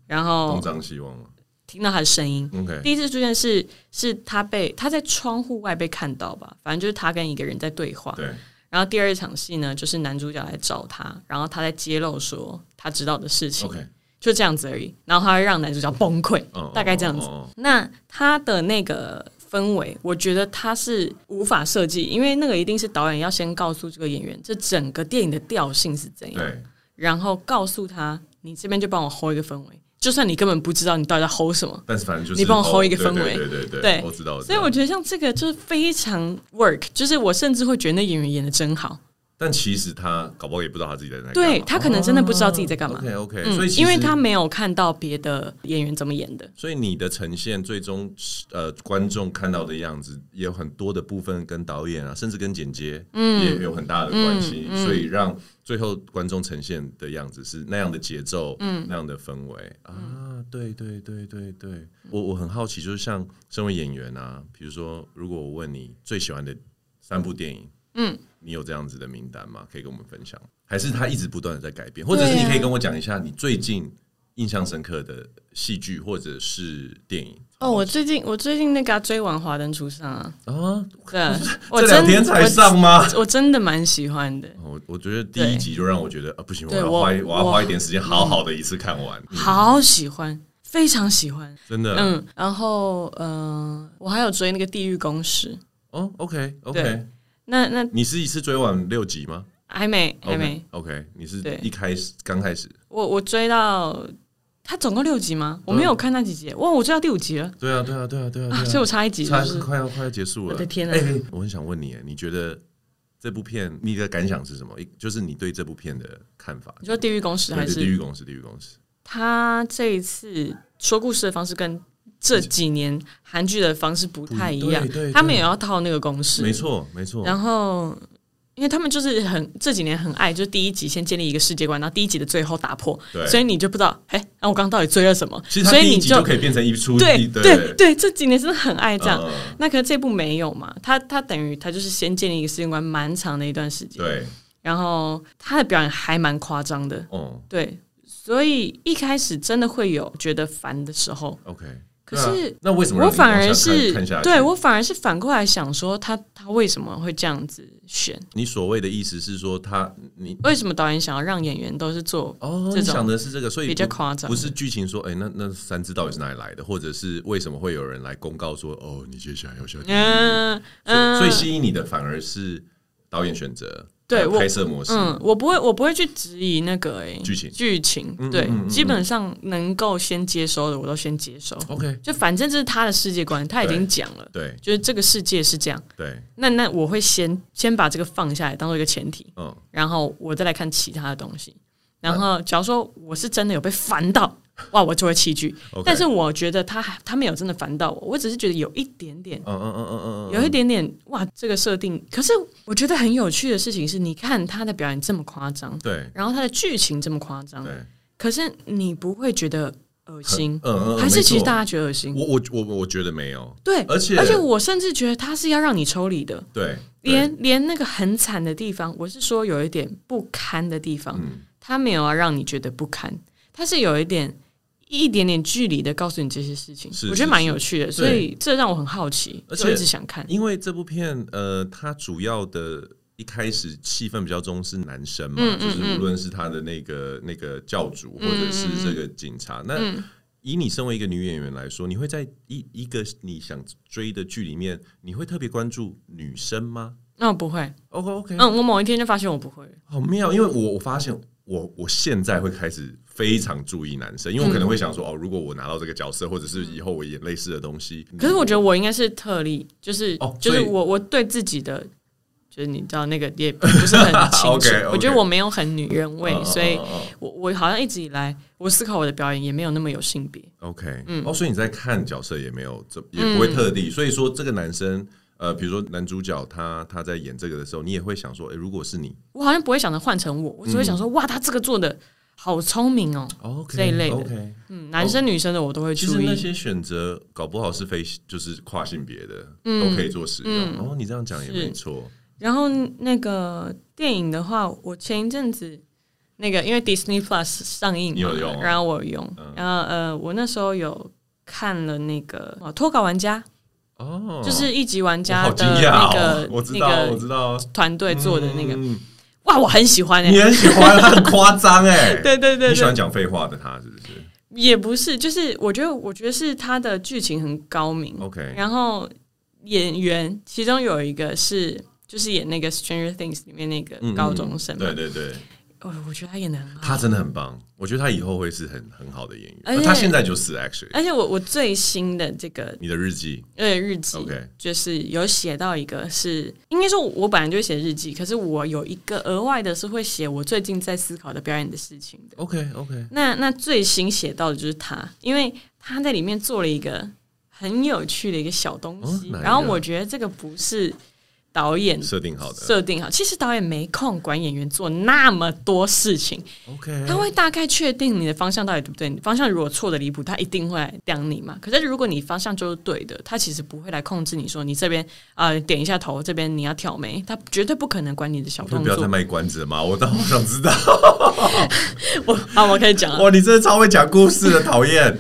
然
东
后
张西望嘛。
听到她的声音。
OK，
第一次出现是是她被她在窗户外被看到吧，反正就是她跟一个人在对话。
对，
然后第二场戏呢，就是男主角来找她，然后她在揭露说她知道的事情。
OK，
就这样子而已。然后他会让男主角崩溃，
嗯，
大概这样子。
哦，哦
那他的那个氛围，我觉得他是无法设计，因为那个一定是导演要先告诉这个演员，这整个电影的调性是怎
哦
样，
对，
然后告诉他，你这边就帮我 hold 一个氛围，就算你根本不知道你到底在 hold 什么。
但是反正就是哦
你帮我 hold 一个
对对
氛围
对对对
对
我知道。
所以我
知道
觉得像这个就是非常 work，就是我甚至会觉得那演员演的真好，
但其实他搞不好也不知道他自己在那干嘛。
对他可能真的不知道自己在干嘛，
OK OK，、所
嗯，
以其实
因为他没有看到别的演员怎么演的，
所以你的呈现最终呃观众看到的样子，也有很多的部分跟导演啊，甚至跟剪接，嗯，也有很大的关系、所以让最后观众呈现的样子是那样的节奏，嗯，那样的氛围啊，对对对对对，我我很好奇，就是像身为演员啊，比如说如果我问你最喜欢的三部电影，嗯。你有这样子的名单吗？可以跟我们分享，还是它一直不断的在改变，或者是
对啊
你可以跟我讲一下你最近印象深刻的戏剧或者是电影
哦，我最近我最近那个啊、追完《华灯初上》啊，
啊？
对，我
*laughs* 这两
真
天才上吗？
我，我真的蛮喜欢的。
我我觉得第一集就让我觉得啊，不行，我
对
要
我
花一我要
我
花一点时间好好的一次看完，嗯
好喜欢，非常喜欢。
真的。
嗯，然后嗯、呃我还有追那个《地狱公使》
哦，OK
对
OK，
那，那
你是一次追完六集吗？
还没还
OK，
没，
OK，你是
对
一开始刚开始，
我我追到它总共六集吗？我没有看那几集，哇，我追到第五集了
对啊对
*laughs*
嗯啊对啊对啊
啊，
对啊
所以我差一集就
差
是
快要快要结束了。
我的天啊
哎哎！我很想问你，你觉得这部片你的感想是什么？一就是你对这部片的看法，
你说《地狱公使》
对
还
对地狱
是
公司，地狱公司，
他这一次说故事的方式跟这几年韩剧的方式不太一样
对对对，
他们也要套那个公式，
没。错没错，
然后，因为他们就是很这几年很爱，就是第一集先建立一个世界观，然后第一集的最后打破，
对
所以你就不知道，哎，那、我刚刚到底追了什么？
其实它
所以
第一
你
集就可以变成一出
对
一
对对，这几年真的很爱这样。
嗯
那可是这部没有嘛？他他等于他就是先建立一个世界观，蛮长的一段时间。
对，
然后他的表演还蛮夸张的，
哦
对，所以一开始真的会有觉得烦的时候，
，OK。
可是
对啊那为什么让
我
你
反
往
而
下看
是
看下去
对我反而是反过来想说他他为什么会这样子选？
你所谓的意思是说他你
为什么导演想要让演员都是做
哦，
这
你
种
想的是这个，所以
比较
不
夸张
不是剧情说，哎、那那三只到底是哪里来的，或者是为什么会有人来公告说，哦，你接下来要下地狱
嗯嗯，
所以所以吸引你的反而是导演选择，
对
还有
我
拍摄模式，
嗯，我不会，我不会去质疑那个诶、
剧情
剧情
嗯
对，
嗯嗯嗯
基本上能够先接收的，我都先接收。
OK，
就反正这是他的世界观，他已经讲了，
对
就是这个世界是这样。
对，
那那我会先先把这个放下来，当做一个前提，
嗯，
然后我再来看其他的东西。然后，假如说我是真的有被烦
*laughs*
到，哇，我就会弃剧。
OK
但是我觉得他还他没有真的烦到我，我只是觉得有一点点
嗯嗯嗯嗯嗯嗯，
有一点点哇，这个设定。可是我觉得很有趣的事情是，你看他的表演这么夸张，
对
然后他的剧情这么夸张
对，，
可是你不会觉得恶心
嗯，嗯，嗯
还是
没错
其实大家觉得恶心？
我我我我觉得没有，
对，
而且
而且我甚至觉得他是要让你抽离的，
对，对
连连那个很惨的地方，我是说有一点不堪的地方，
嗯
他没有要让你觉得不堪，他是有一点。一点点距离的告诉你这些事情，
是
我觉
是
得蛮
是
有趣的，所以这让我很好奇，
而
就一
且
直想看。
因为这部片，呃，它主要的一开始气氛比较重是男生嘛，
嗯嗯
就是
嗯
无论是他的那个那个教主，或者是这个警察，
嗯
那。以你身为一个女演员来说，你会在一一个你想追的剧里面，你会特别关注女生吗
那、我不会，
？OK OK，、
嗯，我某一天就发现我不会了。
好妙，因为我我发现我我现在会开始非常注意男生，因为我可能会想说，哦，如果我拿到这个角色，或者是以后我演类似的东西，
可是我觉得我应该是特例，就是、
哦
就是
所以
我我对自己的，就是你知道那个也不是很清楚
*laughs* OK，OK
我觉得我没有很女人味，
嗯嗯嗯
所以
嗯嗯
我我好像一直以来我思考我的表演也没有那么有性别，
OK，哦，所以你在看角色也没有这也不会特地，所以说这个男生，呃，比如说男主角他他在演这个的时候，你也会想说，诶，如果是你
我好像不会想着换成我，我只会想
嗯
说、哇，他这个做的好聪明哦，
，OK
这一类的
OK，
嗯，男生女生的我都会
哦其实
注
那
意。
些选择搞不好是非就是跨性别的、都可以做使用。哦，你这样讲也没错，
然后那个电影的话，我前一阵子那个因为 Disney Plus 上映
你
嘛
有用，啊嗯
然后我有用，然后呃，我那时候有看了那个哦脱稿玩家。
哦，
就是一级玩
我
家
好
的
惊讶
那
哦
个、，
*laughs* 我知道，
那
我
个
知道，
团队做的那个，
嗯
哇，我很喜欢哎、
你很喜欢，他很夸张哎，
对对对
你喜欢
对，
讲废话的他是不是
也不是，就是我觉得，我觉得是他的剧情很高明
？OK，
然后演员其中有一个是就是演那个《Stranger Things》里面那个
嗯
高中生嘛，
对对对。
哦，我觉得他演的很好，
他真的很棒，我觉得他以后会是很很好的演员。
而且
他现在就是，actually，
而且我我最新的这个
你的日记
呃日记
OK
就是有写到一个是，应该说我我本来就会写日记，可是我有一个额外的是会写我最近在思考的表演的事情的。
，OK OK，
那那最新写到的就是他，因为他在里面做了一个很有趣的一个小东西，
嗯哪一个
然后我觉得这个不是导演
设定好的
设定好，其实导演没空管演员做那么多事情，
，OK，
他会大概确定你的方向到底对不对，你方向如果错的离谱，他一定会来刁你嘛。可是如果你方向就是对的，他其实不会来控制你说你这边呃点一下头，这边你要挑眉，他绝对不可能管你的小
就
动
不要
*laughs*
再
作。
卖关子了嘛！我倒好
*laughs*
想知道，
我啊，我可以讲了，
哇，你真的超会讲故事的，讨厌！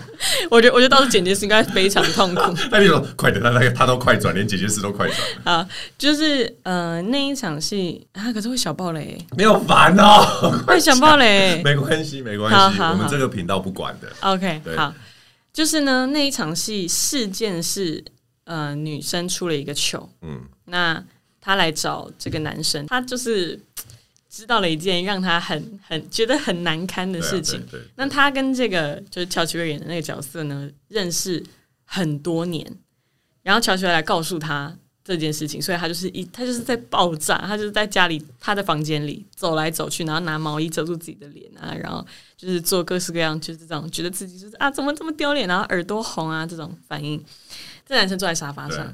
我觉得我觉得当时剪辑师应该非常痛苦。
那你说快点，他那个他都快转，连姐姐事都快转，
啊，就是呃那一场戏啊，可是会小爆雷，
没有烦哦，
会小爆雷。
没关系，没关
好
系，
好
我们
好
这个频道不管的。
OK，
对
好，就是呢那一场戏事件是呃女生出了一个糗，
嗯，
那她来找这个男生，她就是知道了一件让她很很觉得很难堪的
对啊
事情。
对，对
那她跟这个就是乔奇瑞演的那个角色呢认识很多年，然后乔奇瑞来告诉她这件事情，所以他就是一他就是在爆炸，他就是在家里他的房间里走来走去，然后拿毛衣遮住自己的脸啊，然后就是做各式各样就是这种觉得自己就是啊怎么这么丢脸，然后耳朵红啊这种反应。这男生坐在沙发
对
上，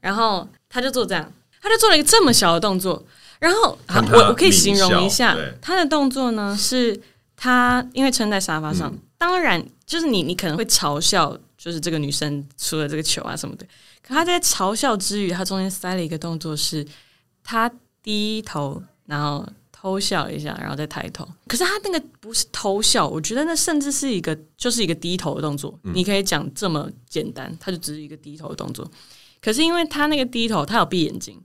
然后他就做这样，他就做了一个这么小的动作，然后好
看他
我我可以
狞
形容
笑
一下
对
他的动作呢，是他因为撑在沙发
嗯
上，当然就是你你可能会嘲笑，就是这个女生出了这个球啊什么的，可他在嘲笑之余，他中间塞了一个动作是，他低头然后。偷笑一下，然后再抬头。可是他那个不是偷笑，我觉得那甚至是一个就是一个低头的动作。
嗯
你可以讲这么简单，他就只是一个低头的动作。可是因为他那个低头，他有闭眼睛，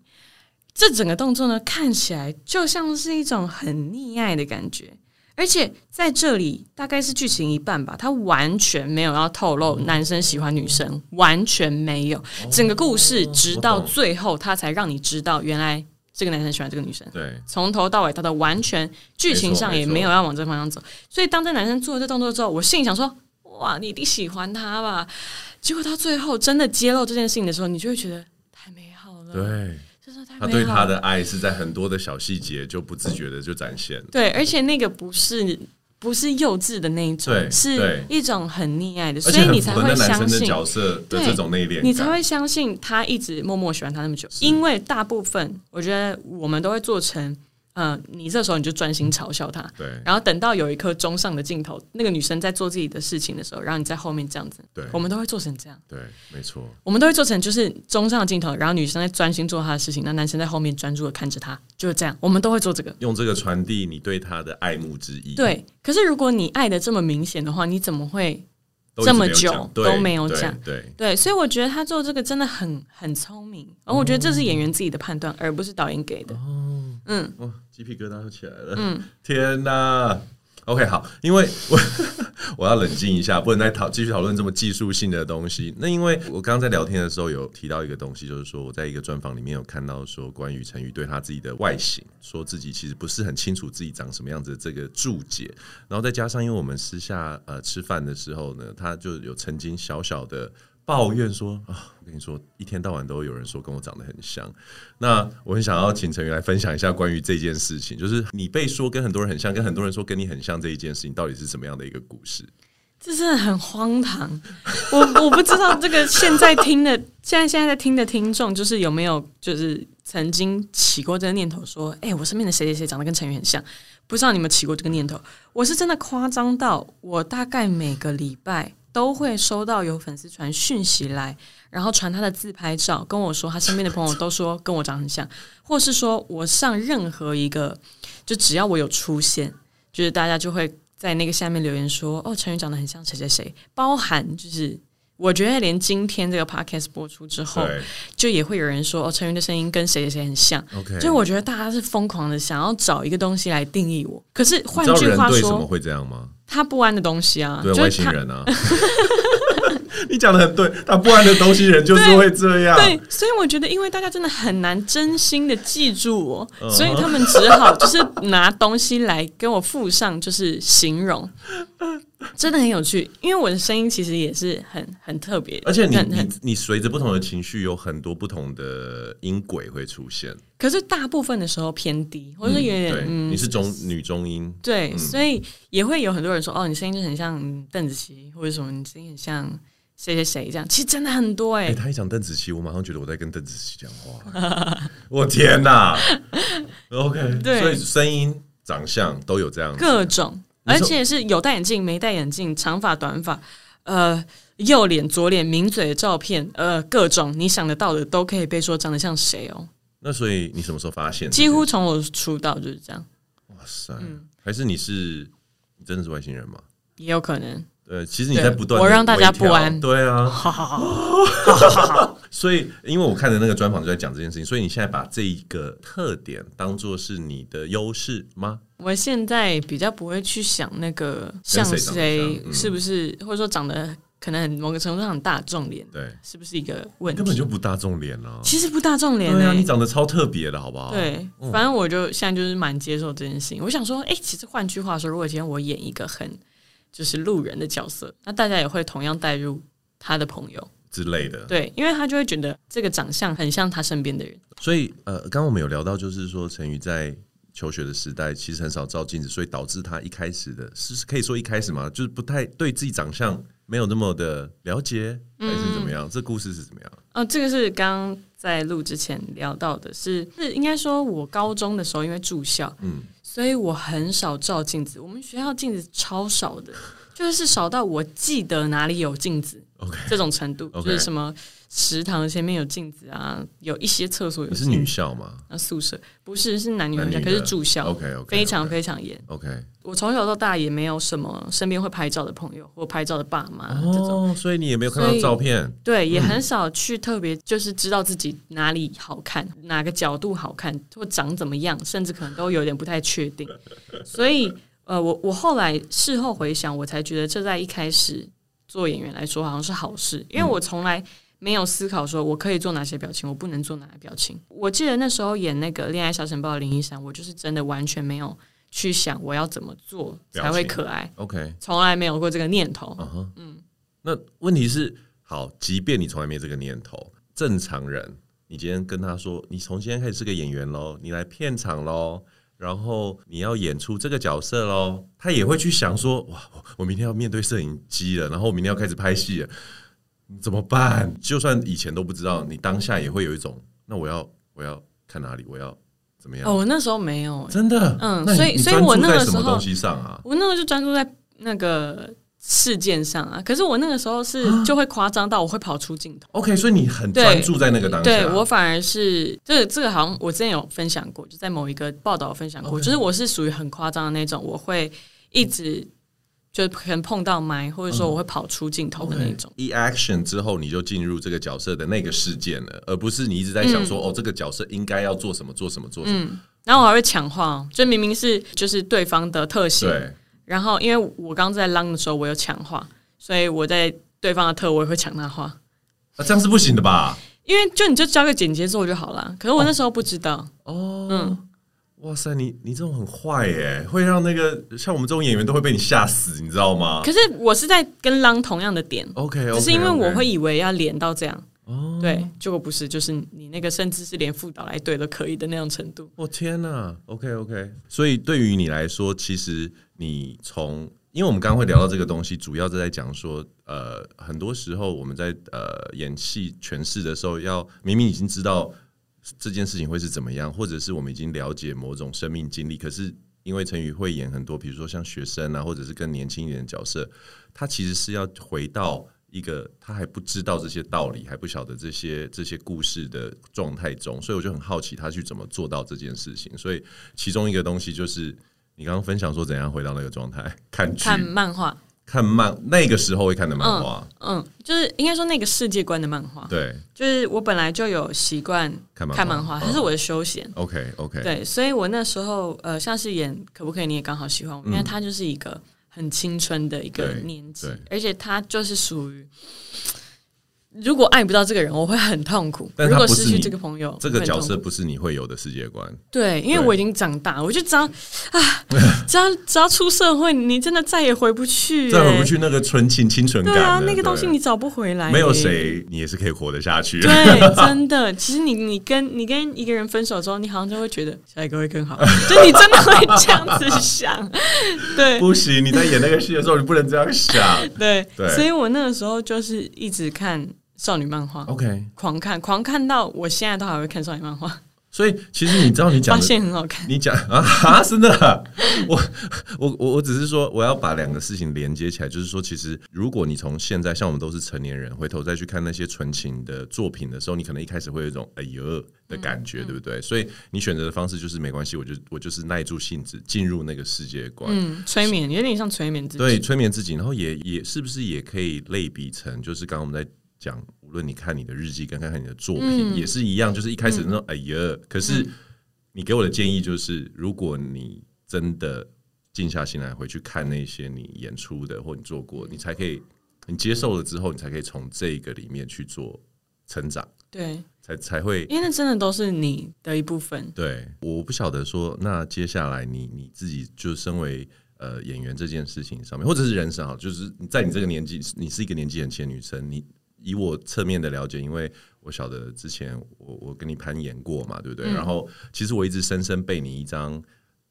这整个动作呢，看起来就像是一种很溺爱的感觉。而且在这里大概是剧情一半吧，他完全没有要透露男生喜欢女生，完全没有。整个故事直到最后，他才让你知道原来这个男生喜欢这个女生。
对，
从头到尾，他的完全剧情上
没错
也没有要往这方向走。所以当这男生做了这动作之后，我心里想说：哇，你一定喜欢他吧？结果到最后真的揭露这件事情的时候，你就会觉得太美好了，，
对
真嗯的太美
他
好了。
对他的爱是在很多的小细节就不自觉的就展现了。
对，而且那个不是不是幼稚的那一种，
对
是
对
一种很溺爱的，
而
所
且
以
很
你
符
才
合
会
那男
相
生的
信。
角色的
对
这种内敛感，
你才会相信他一直默默喜欢他那么久，因为大部分我觉得我们都会做成，嗯，你这时候你就专心嘲笑他，
对
然后等到有一颗钟上的镜头，那个女生在做自己的事情的时候，然后你在后面这样子，
对
我们都会做成这样，
对，没错，
我们都会做成就是钟上的镜头，然后女生在专心做她的事情，那男生在后面专注的看着她，就是这样，我们都会做这个。
用这个传递你对他的爱慕之意。，
对，可是如果你爱的这么明显的话，你怎么会
都
这么
一直没有讲
久
对
都没有
对
讲
对
对，所以我觉得他做这个真的很很聪明，而我觉得这是演员自己的判断，而不是导演给的。嗯
哇，哦鸡皮疙瘩都起来了。嗯，天哪！OK，好，因为我 *laughs* 我要冷静一下，不能再讨继续讨论这么技术性的东西。那因为我刚刚在聊天的时候有提到一个东西，就是说我在一个专访里面有看到说关于陈宇对他自己的外形，说自己其实不是很清楚自己长什么样子的这个注解。然后再加上因为我们私下呃吃饭的时候呢，他就有曾经小小的。抱怨说啊，我跟你说，一天到晚都有人说跟我长得很像，那我很想要请成员来分享一下关于这件事情，就是你被说跟很多人很像，跟很多人说跟你很像这一件事情，到底是什么样的一个故事？
这真的很荒唐，我我不知道这个现在听的， *laughs* 现在现在在听的听众，就是有没有就是曾经起过这个念头，说，哎、我身边的谁谁谁长得跟陈宇很像，不知道你们起过这个念头？我是真的夸张到，我大概每个礼拜都会收到有粉丝传讯息来，然后传他的自拍照，跟我说他身边的朋友都说跟我长得很像，或是说我上任何一个，就只要我有出现，就是大家就会在那个下面留言说，哦，陈宇长得很像谁谁谁，包含就是。我觉得连今天这个 podcast 播出之后，
对
就也会有人说哦，陈云的声音跟谁谁谁很像。
，OK，
就是我觉得大家是疯狂的想要找一个东西来定义我，可是换
你知
句
道人
话
对什么
说，
会这样吗？
他不安的东西啊，
对
就
外
是
星
他
人啊， *laughs* 你讲的很对，他不安的东西人就是会这样，
对，所以我觉得，因为大家真的很难真心的记住我，
嗯
所以他们只好就是拿东西来跟我附上，就是形容，真的很有趣。因为我的声音其实也是很很特别的，
而且你
很
你
很，
你随着不同的情绪，有很多不同的音轨会出现，
可是大部分的时候偏低，或者是有点
对，
嗯
你是中女中音，
对，所以也会有很多人说，哦，你声音就很像邓紫棋，或者什么，你声音很像谁谁谁这样。其实真的很多哎、
哎、他一讲邓紫棋，我马上觉得我在跟邓紫棋讲话。我
*laughs*
天哪！OK，
对
所以声音、长相都有这样子。
各种，
你
而
说
且是有戴眼镜、没戴眼镜、长发、短发，呃，右脸、左脸、抿嘴的照片，呃，各种你想得到的都可以被说长得像谁哦。
那所以你什么时候发现？
几乎嗯从我出道就是这样，
哇塞！还是你是你真的是外星人吗？
也有可能。
呃，其实你在
对
不断地
我让大家
微调
不安
对啊，所以因为我看的那个专访就在讲这件事情，所以你现在把这一个特点当做是你的优势吗？
*laughs* 我现在比较不会去想那个像
跟谁长得
谁
像嗯
是不是，或者说长得可能很某个程度上很大众脸，
对，
是不是一个问题？
根本就不大众脸啊！
其实不大众脸、欸，
对啊，你啊嗯长得超特别的好不好？
对，反正我就现在就是蛮接受这件事情。我想说，哎、其实换句话说，如果今天我演一个很就是路人的角色，那大家也会同样带入他的朋友，
之类的。
对，因为他就会觉得这个长相很像他身边的人。
所以呃，刚刚我们有聊到，就是说陈宇在求学的时代其实很少照镜子，所以导致他一开始的是可以说一开始
嗯
嘛，就是不太对自己长相没有那么的了解，还是怎么
嗯
样？这故事是怎么样？
哦、这个是刚在录之前聊到的是，是应该说我高中的时候因为住校，
嗯
所以我很少照镜子。我们学校镜子超少的，就是少到我记得哪里有镜子 *laughs*
，OK，
这种程度，就
OK
是什么食堂前面有镜子啊，有一些厕所有
你
镜
是
子。
女校吗
啊，宿舍不是是男女
男
混校，
女
可
的
是住校
？OK OK，
非常非常严。
OK
我从小到大也没有什么身边会拍照的朋友或拍照的爸妈、这种，
哦，所以你也没有看到
所以
照片，
对，也很少去特别就是知道自己哪里好看，哪个角度好看，或长怎么样，甚至可能都有点不太确定。所以，呃，我我后来事后回想，我才觉得这在一开始做演员来说好像是好事，
嗯
因为我从来没有思考说我可以做哪些表情，我不能做哪些表情。我记得那时候演那个《恋爱小城堡》的林一山，我就是真的完全没有去想我要怎么做才会
表情
可爱，
OK，
从来没有过这个念头。
嗯哼，嗯，那问题是，好，即便你从来没有这个念头，正常人，你今天跟他说，你从今天开始是个演员喽，你来片场喽。然后你要演出这个角色喽，他也会去想说，哇，我我明天要面对摄影机了，然后我明天要开始拍戏了，怎么办？就算以前都不知道，你当下也会有一种，那我要我要看哪里，我要怎么样？
哦，我那时候没有、欸
真的，
嗯
那你
所以
你
所以
专注
我那
在
个
什
时
么
候
东西上啊？
我那时候就专注在那个事件上啊，可是我那个时候是
啊
就会夸张到我会跑出镜头。
OK，所以你很
对
专注在那个当下。啊
对我反而是这个这个好像我之前有分享过，就在某一个报道有分享过
OK
就是我是属于很夸张的那种，我会一直就可能碰到麦，或
嗯
者说我会跑出镜头的那种。
一 action 之后，你就进入这个角色的那个事件了，而不是你一直在
嗯
想说、哦，这个角色应该要做什么，做什么，做什么。
然后我还会抢话哦，就明明是就是对方的特写，
对，
然后因为我刚在浪的时候我有抢话，所以我在对方的特我也会抢他话。
那、这样是不行的吧？
因为就你就交个剪接做就好了。可是我那时候不知道，
哦，
嗯
哇塞，你你这种很坏耶，会让那个像我们这种演员都会被你吓死，你知道吗
可是我是在跟浪同样的点，
？OK，,
只是因为我会以为要连到这样。
哦嗯
对，结果不是，就是你那个甚至是连副导来对都可以的那种程度。
我、哦天呐 o k OK，所以对于你来说，其实你从，因为我们刚刚会聊到这个东西，主要是在讲说，呃，很多时候我们在呃演戏诠释的时候要明明已经知道这件事情会是怎么样，或者是我们已经了解某种生命经历，可是因为陈宇会演很多，比如说像学生啊，或者是更年轻一点的角色，他其实是要回到一个他还不知道这些道理，还不晓得这些这些故事的状态中，所以我就很好奇他去怎么做到这件事情。所以其中一个东西就是你刚刚分享说怎样回到那个状态，看剧、
看漫画，
看漫，那个时候会看的漫画，
嗯，就是应该说那个世界观的漫画，
对
就是我本来就有习惯
看漫画
看漫画，
嗯
它是我的休闲。
，OK OK，
对，所以我那时候呃，像是演《可不可以》，你也刚好喜欢我，因为它就是一个很青春的一个
嗯对
年纪
对，
而且它就是属于，如果爱不到这个人，我会很痛苦；
但
如
它
果
不是
失去
你
这个朋友，
这个
我会很
角
痛
色
苦
不是你会有的世界观，
对，因为
对
我已经长大，我就只要啊，
*laughs*
只要只要出社会，你真的再也回不去、
再回不
欸。
去那个纯情清纯感
对
了。
啊，那个
对
东西你找不回来、
没有
欸。
谁你也是可以活得下
*laughs*
去。
对，真的，其实你你跟你跟一个人分手之后，你好像就会觉得下一个会 *laughs* 更好，就你真的会这样子想，对
*laughs* 不行，你在演那个戏的时候，你不能这样想。
*laughs* 对
对
所以我那个时候就是一直看少女漫画
OK，
狂看狂看到我现在都还会看少女漫画，
所以其实你知道你讲
发
的
现很好看，
你讲 *laughs* 啊哈，真的啊，我我我我只是说，我要把两个事情连接起来，就是说，其实如果你从现在像我们都是成年人，回头再去看那些纯情的作品的时候，你可能一开始会有一种哎呦的感觉，
嗯
对不对？所以你选择的方式就是没关系，我就我就是耐住性子进入那个世界观。
嗯，催眠有点像催眠自己，
对，催眠自己，然后也也是不是也可以类比成，就是刚刚我们在讲，无论你看你的日记，跟看看你的作品，
嗯
也是一样，就是一开始那种、哎呀，可是你给我的建议就是，如果你真的静下心来回去看那些你演出的或你做过，你才可以，你接受了之后，你才可以从这个里面去做成长，
对，
才才会
因为那真的都是你的一部分，
对，我不晓得说，那接下来你你自己就身为呃演员这件事情上面，或者是人生啊，就是你在你这个年纪，你是一个年纪很轻的女生，你以我侧面的了解，因为我晓得之前我我跟你攀岩过嘛，对
嗯
不对？然后其实我一直深深被你一张。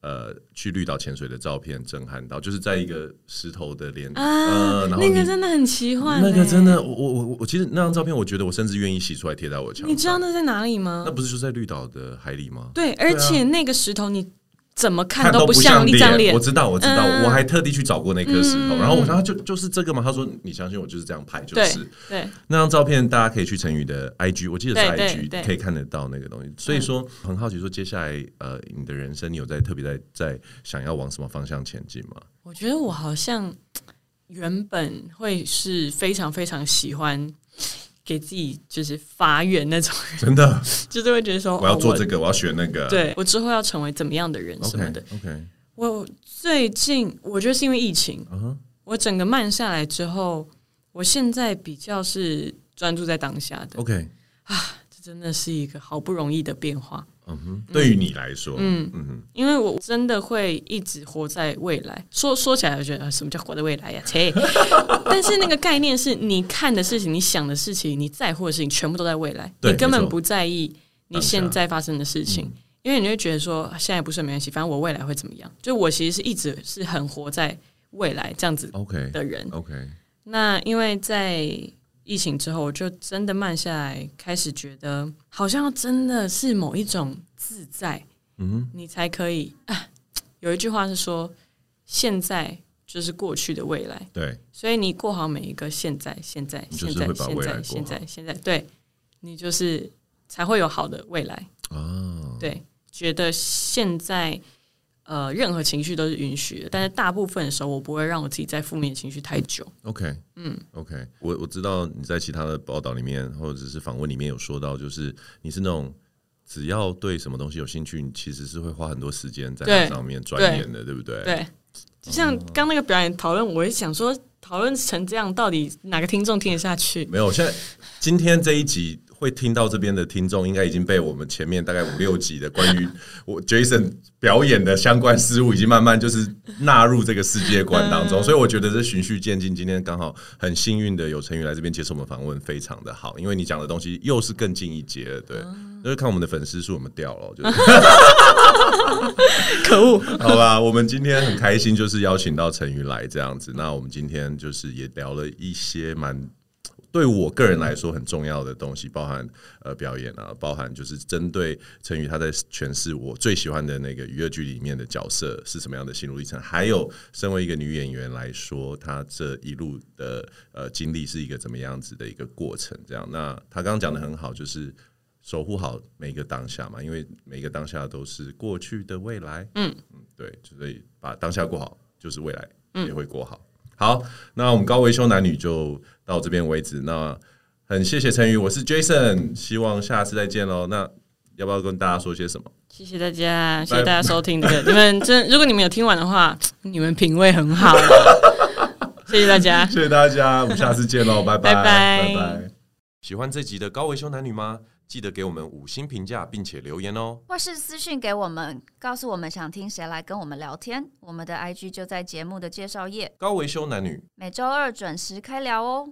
呃，去绿岛潜水的照片震撼到，就是在一个石头的连，
啊
呃，，然后
那
你
个真的很奇幻、欸
那个真的，，我我我我其实那张照片，我觉得我甚至愿意洗出来贴在我墙上。
你知道那在哪里吗
那？不是就在绿岛的海里吗？
对，而且那个石头你怎么看
看
都
不
像一张
脸，
脸
我，知道，我知道，
嗯
我还特地去找过那颗石头。
嗯
然后我说他就就是这个嘛，他说你相信我，就是这样拍，就
对
是
对，
那张照片，大家可以去陈宇的 IG，我记得是
对
IG，
对对嗯
可以看得到那个东西。所以说，很好奇说接下来呃，你的人生你有在特别在在想要往什么方向前进吗？ *laughs*
我觉得我好像原本会是非常非常喜欢给自己就是发愿那种， *laughs*
真的，
就是会觉得说
我要做这
个，
个，我要学那个。
对我之后要成为怎么样的人什么的。
，OK，OK，
我最近我觉得是因为疫情，
嗯哼
我整个慢下来之后，我现在比较是专注在当下的，
，OK，
这真的是一个好不容易的变化。
嗯哼，对于你来说，
嗯
嗯哼。
因为我真的会一直活在未来。说说起来，我觉得、啊、什么叫活在未来呀、切！ *laughs* 但是那个概念是你看的事情、你想的事情、你在乎的事情，全部都在未来，
对
你根本
没错
不在意你
当下
现在发生的事情，因为你会觉得说、啊现在不是没关系，反正我未来会怎么样？就我其实是一直是很活在未来这样子
OK
的人。
OK，
那因为在疫情之后，我就真的慢下来，开始觉得好像真的是某一种自在，
嗯
你才可以啊。有一句话是说，现在就是过去的未来，
对，
所以你过好每一个现在，现在，
你就
现
是
在，
会把
现
未来
在，
过好
现在，现在，对你就是才会有好的未来。
哦，
对，觉得现在呃，任何情绪都是允许的，但是大部分的时候，我不会让我自己在负面情绪太久。
OK，嗯，OK，我我知道你在其他的报道里面或者是访问里面有说到，就是你是那种只要对什么东西有兴趣，你其实是会花很多时间在
对
那上面钻研的，对不对？
对，就像刚那个表演讨论，我也想说，讨论成这样，到底哪个听众听得下去？
没有，现在今天这一集会听到这边的听众，应该已经被我们前面大概五六集的关于 *laughs* 我 Jason 表演的相关事物，已经慢慢就是纳入这个世界观当中。所以我觉得这循序渐进，今天刚好很幸运的有陈宇来这边接受我们访问，非常的好，因为你讲的东西又是更进一阶了，对。就是看我们的粉丝数我们掉了，就是
可恶！
*laughs* 好吧，我们今天很开心，就是邀请到陈宇来这样子。那我们今天就是也聊了一些蛮对我个人来说很重要的东西，包含呃表演啊，包含就是针对陈宇他在诠释我最喜欢的那个娱乐剧里面的角色是什么样的心路历程，还有身为一个女演员来说，她这一路的呃经历是一个怎么样子的一个过程。这样，那他刚刚讲的很好，就是。守护好每一个当下嘛，因为每一个当下都是过去的未来，对，所以把当下过好，就是未来
嗯
也会过好。好，那我们高维修男女就到这边为止。那很谢谢陈宇，我是 Jason，希望下次再见喽。那要不要跟大家说些什么？
谢谢大家，谢谢大家收听这个。你们真，如果你们有听完的话，你们品味很好啊。谢谢大家。
谢谢大家，我们下
*laughs*
次见喽，拜拜，
拜拜
拜拜。喜欢这集的高维修男女吗？记得给我们五星评价，并且留言哦。
或是私讯给我们，告诉我们想听谁来跟我们聊天。我们的 IG 就在节目的介绍页，
高维修男女
每周二准时开聊哦。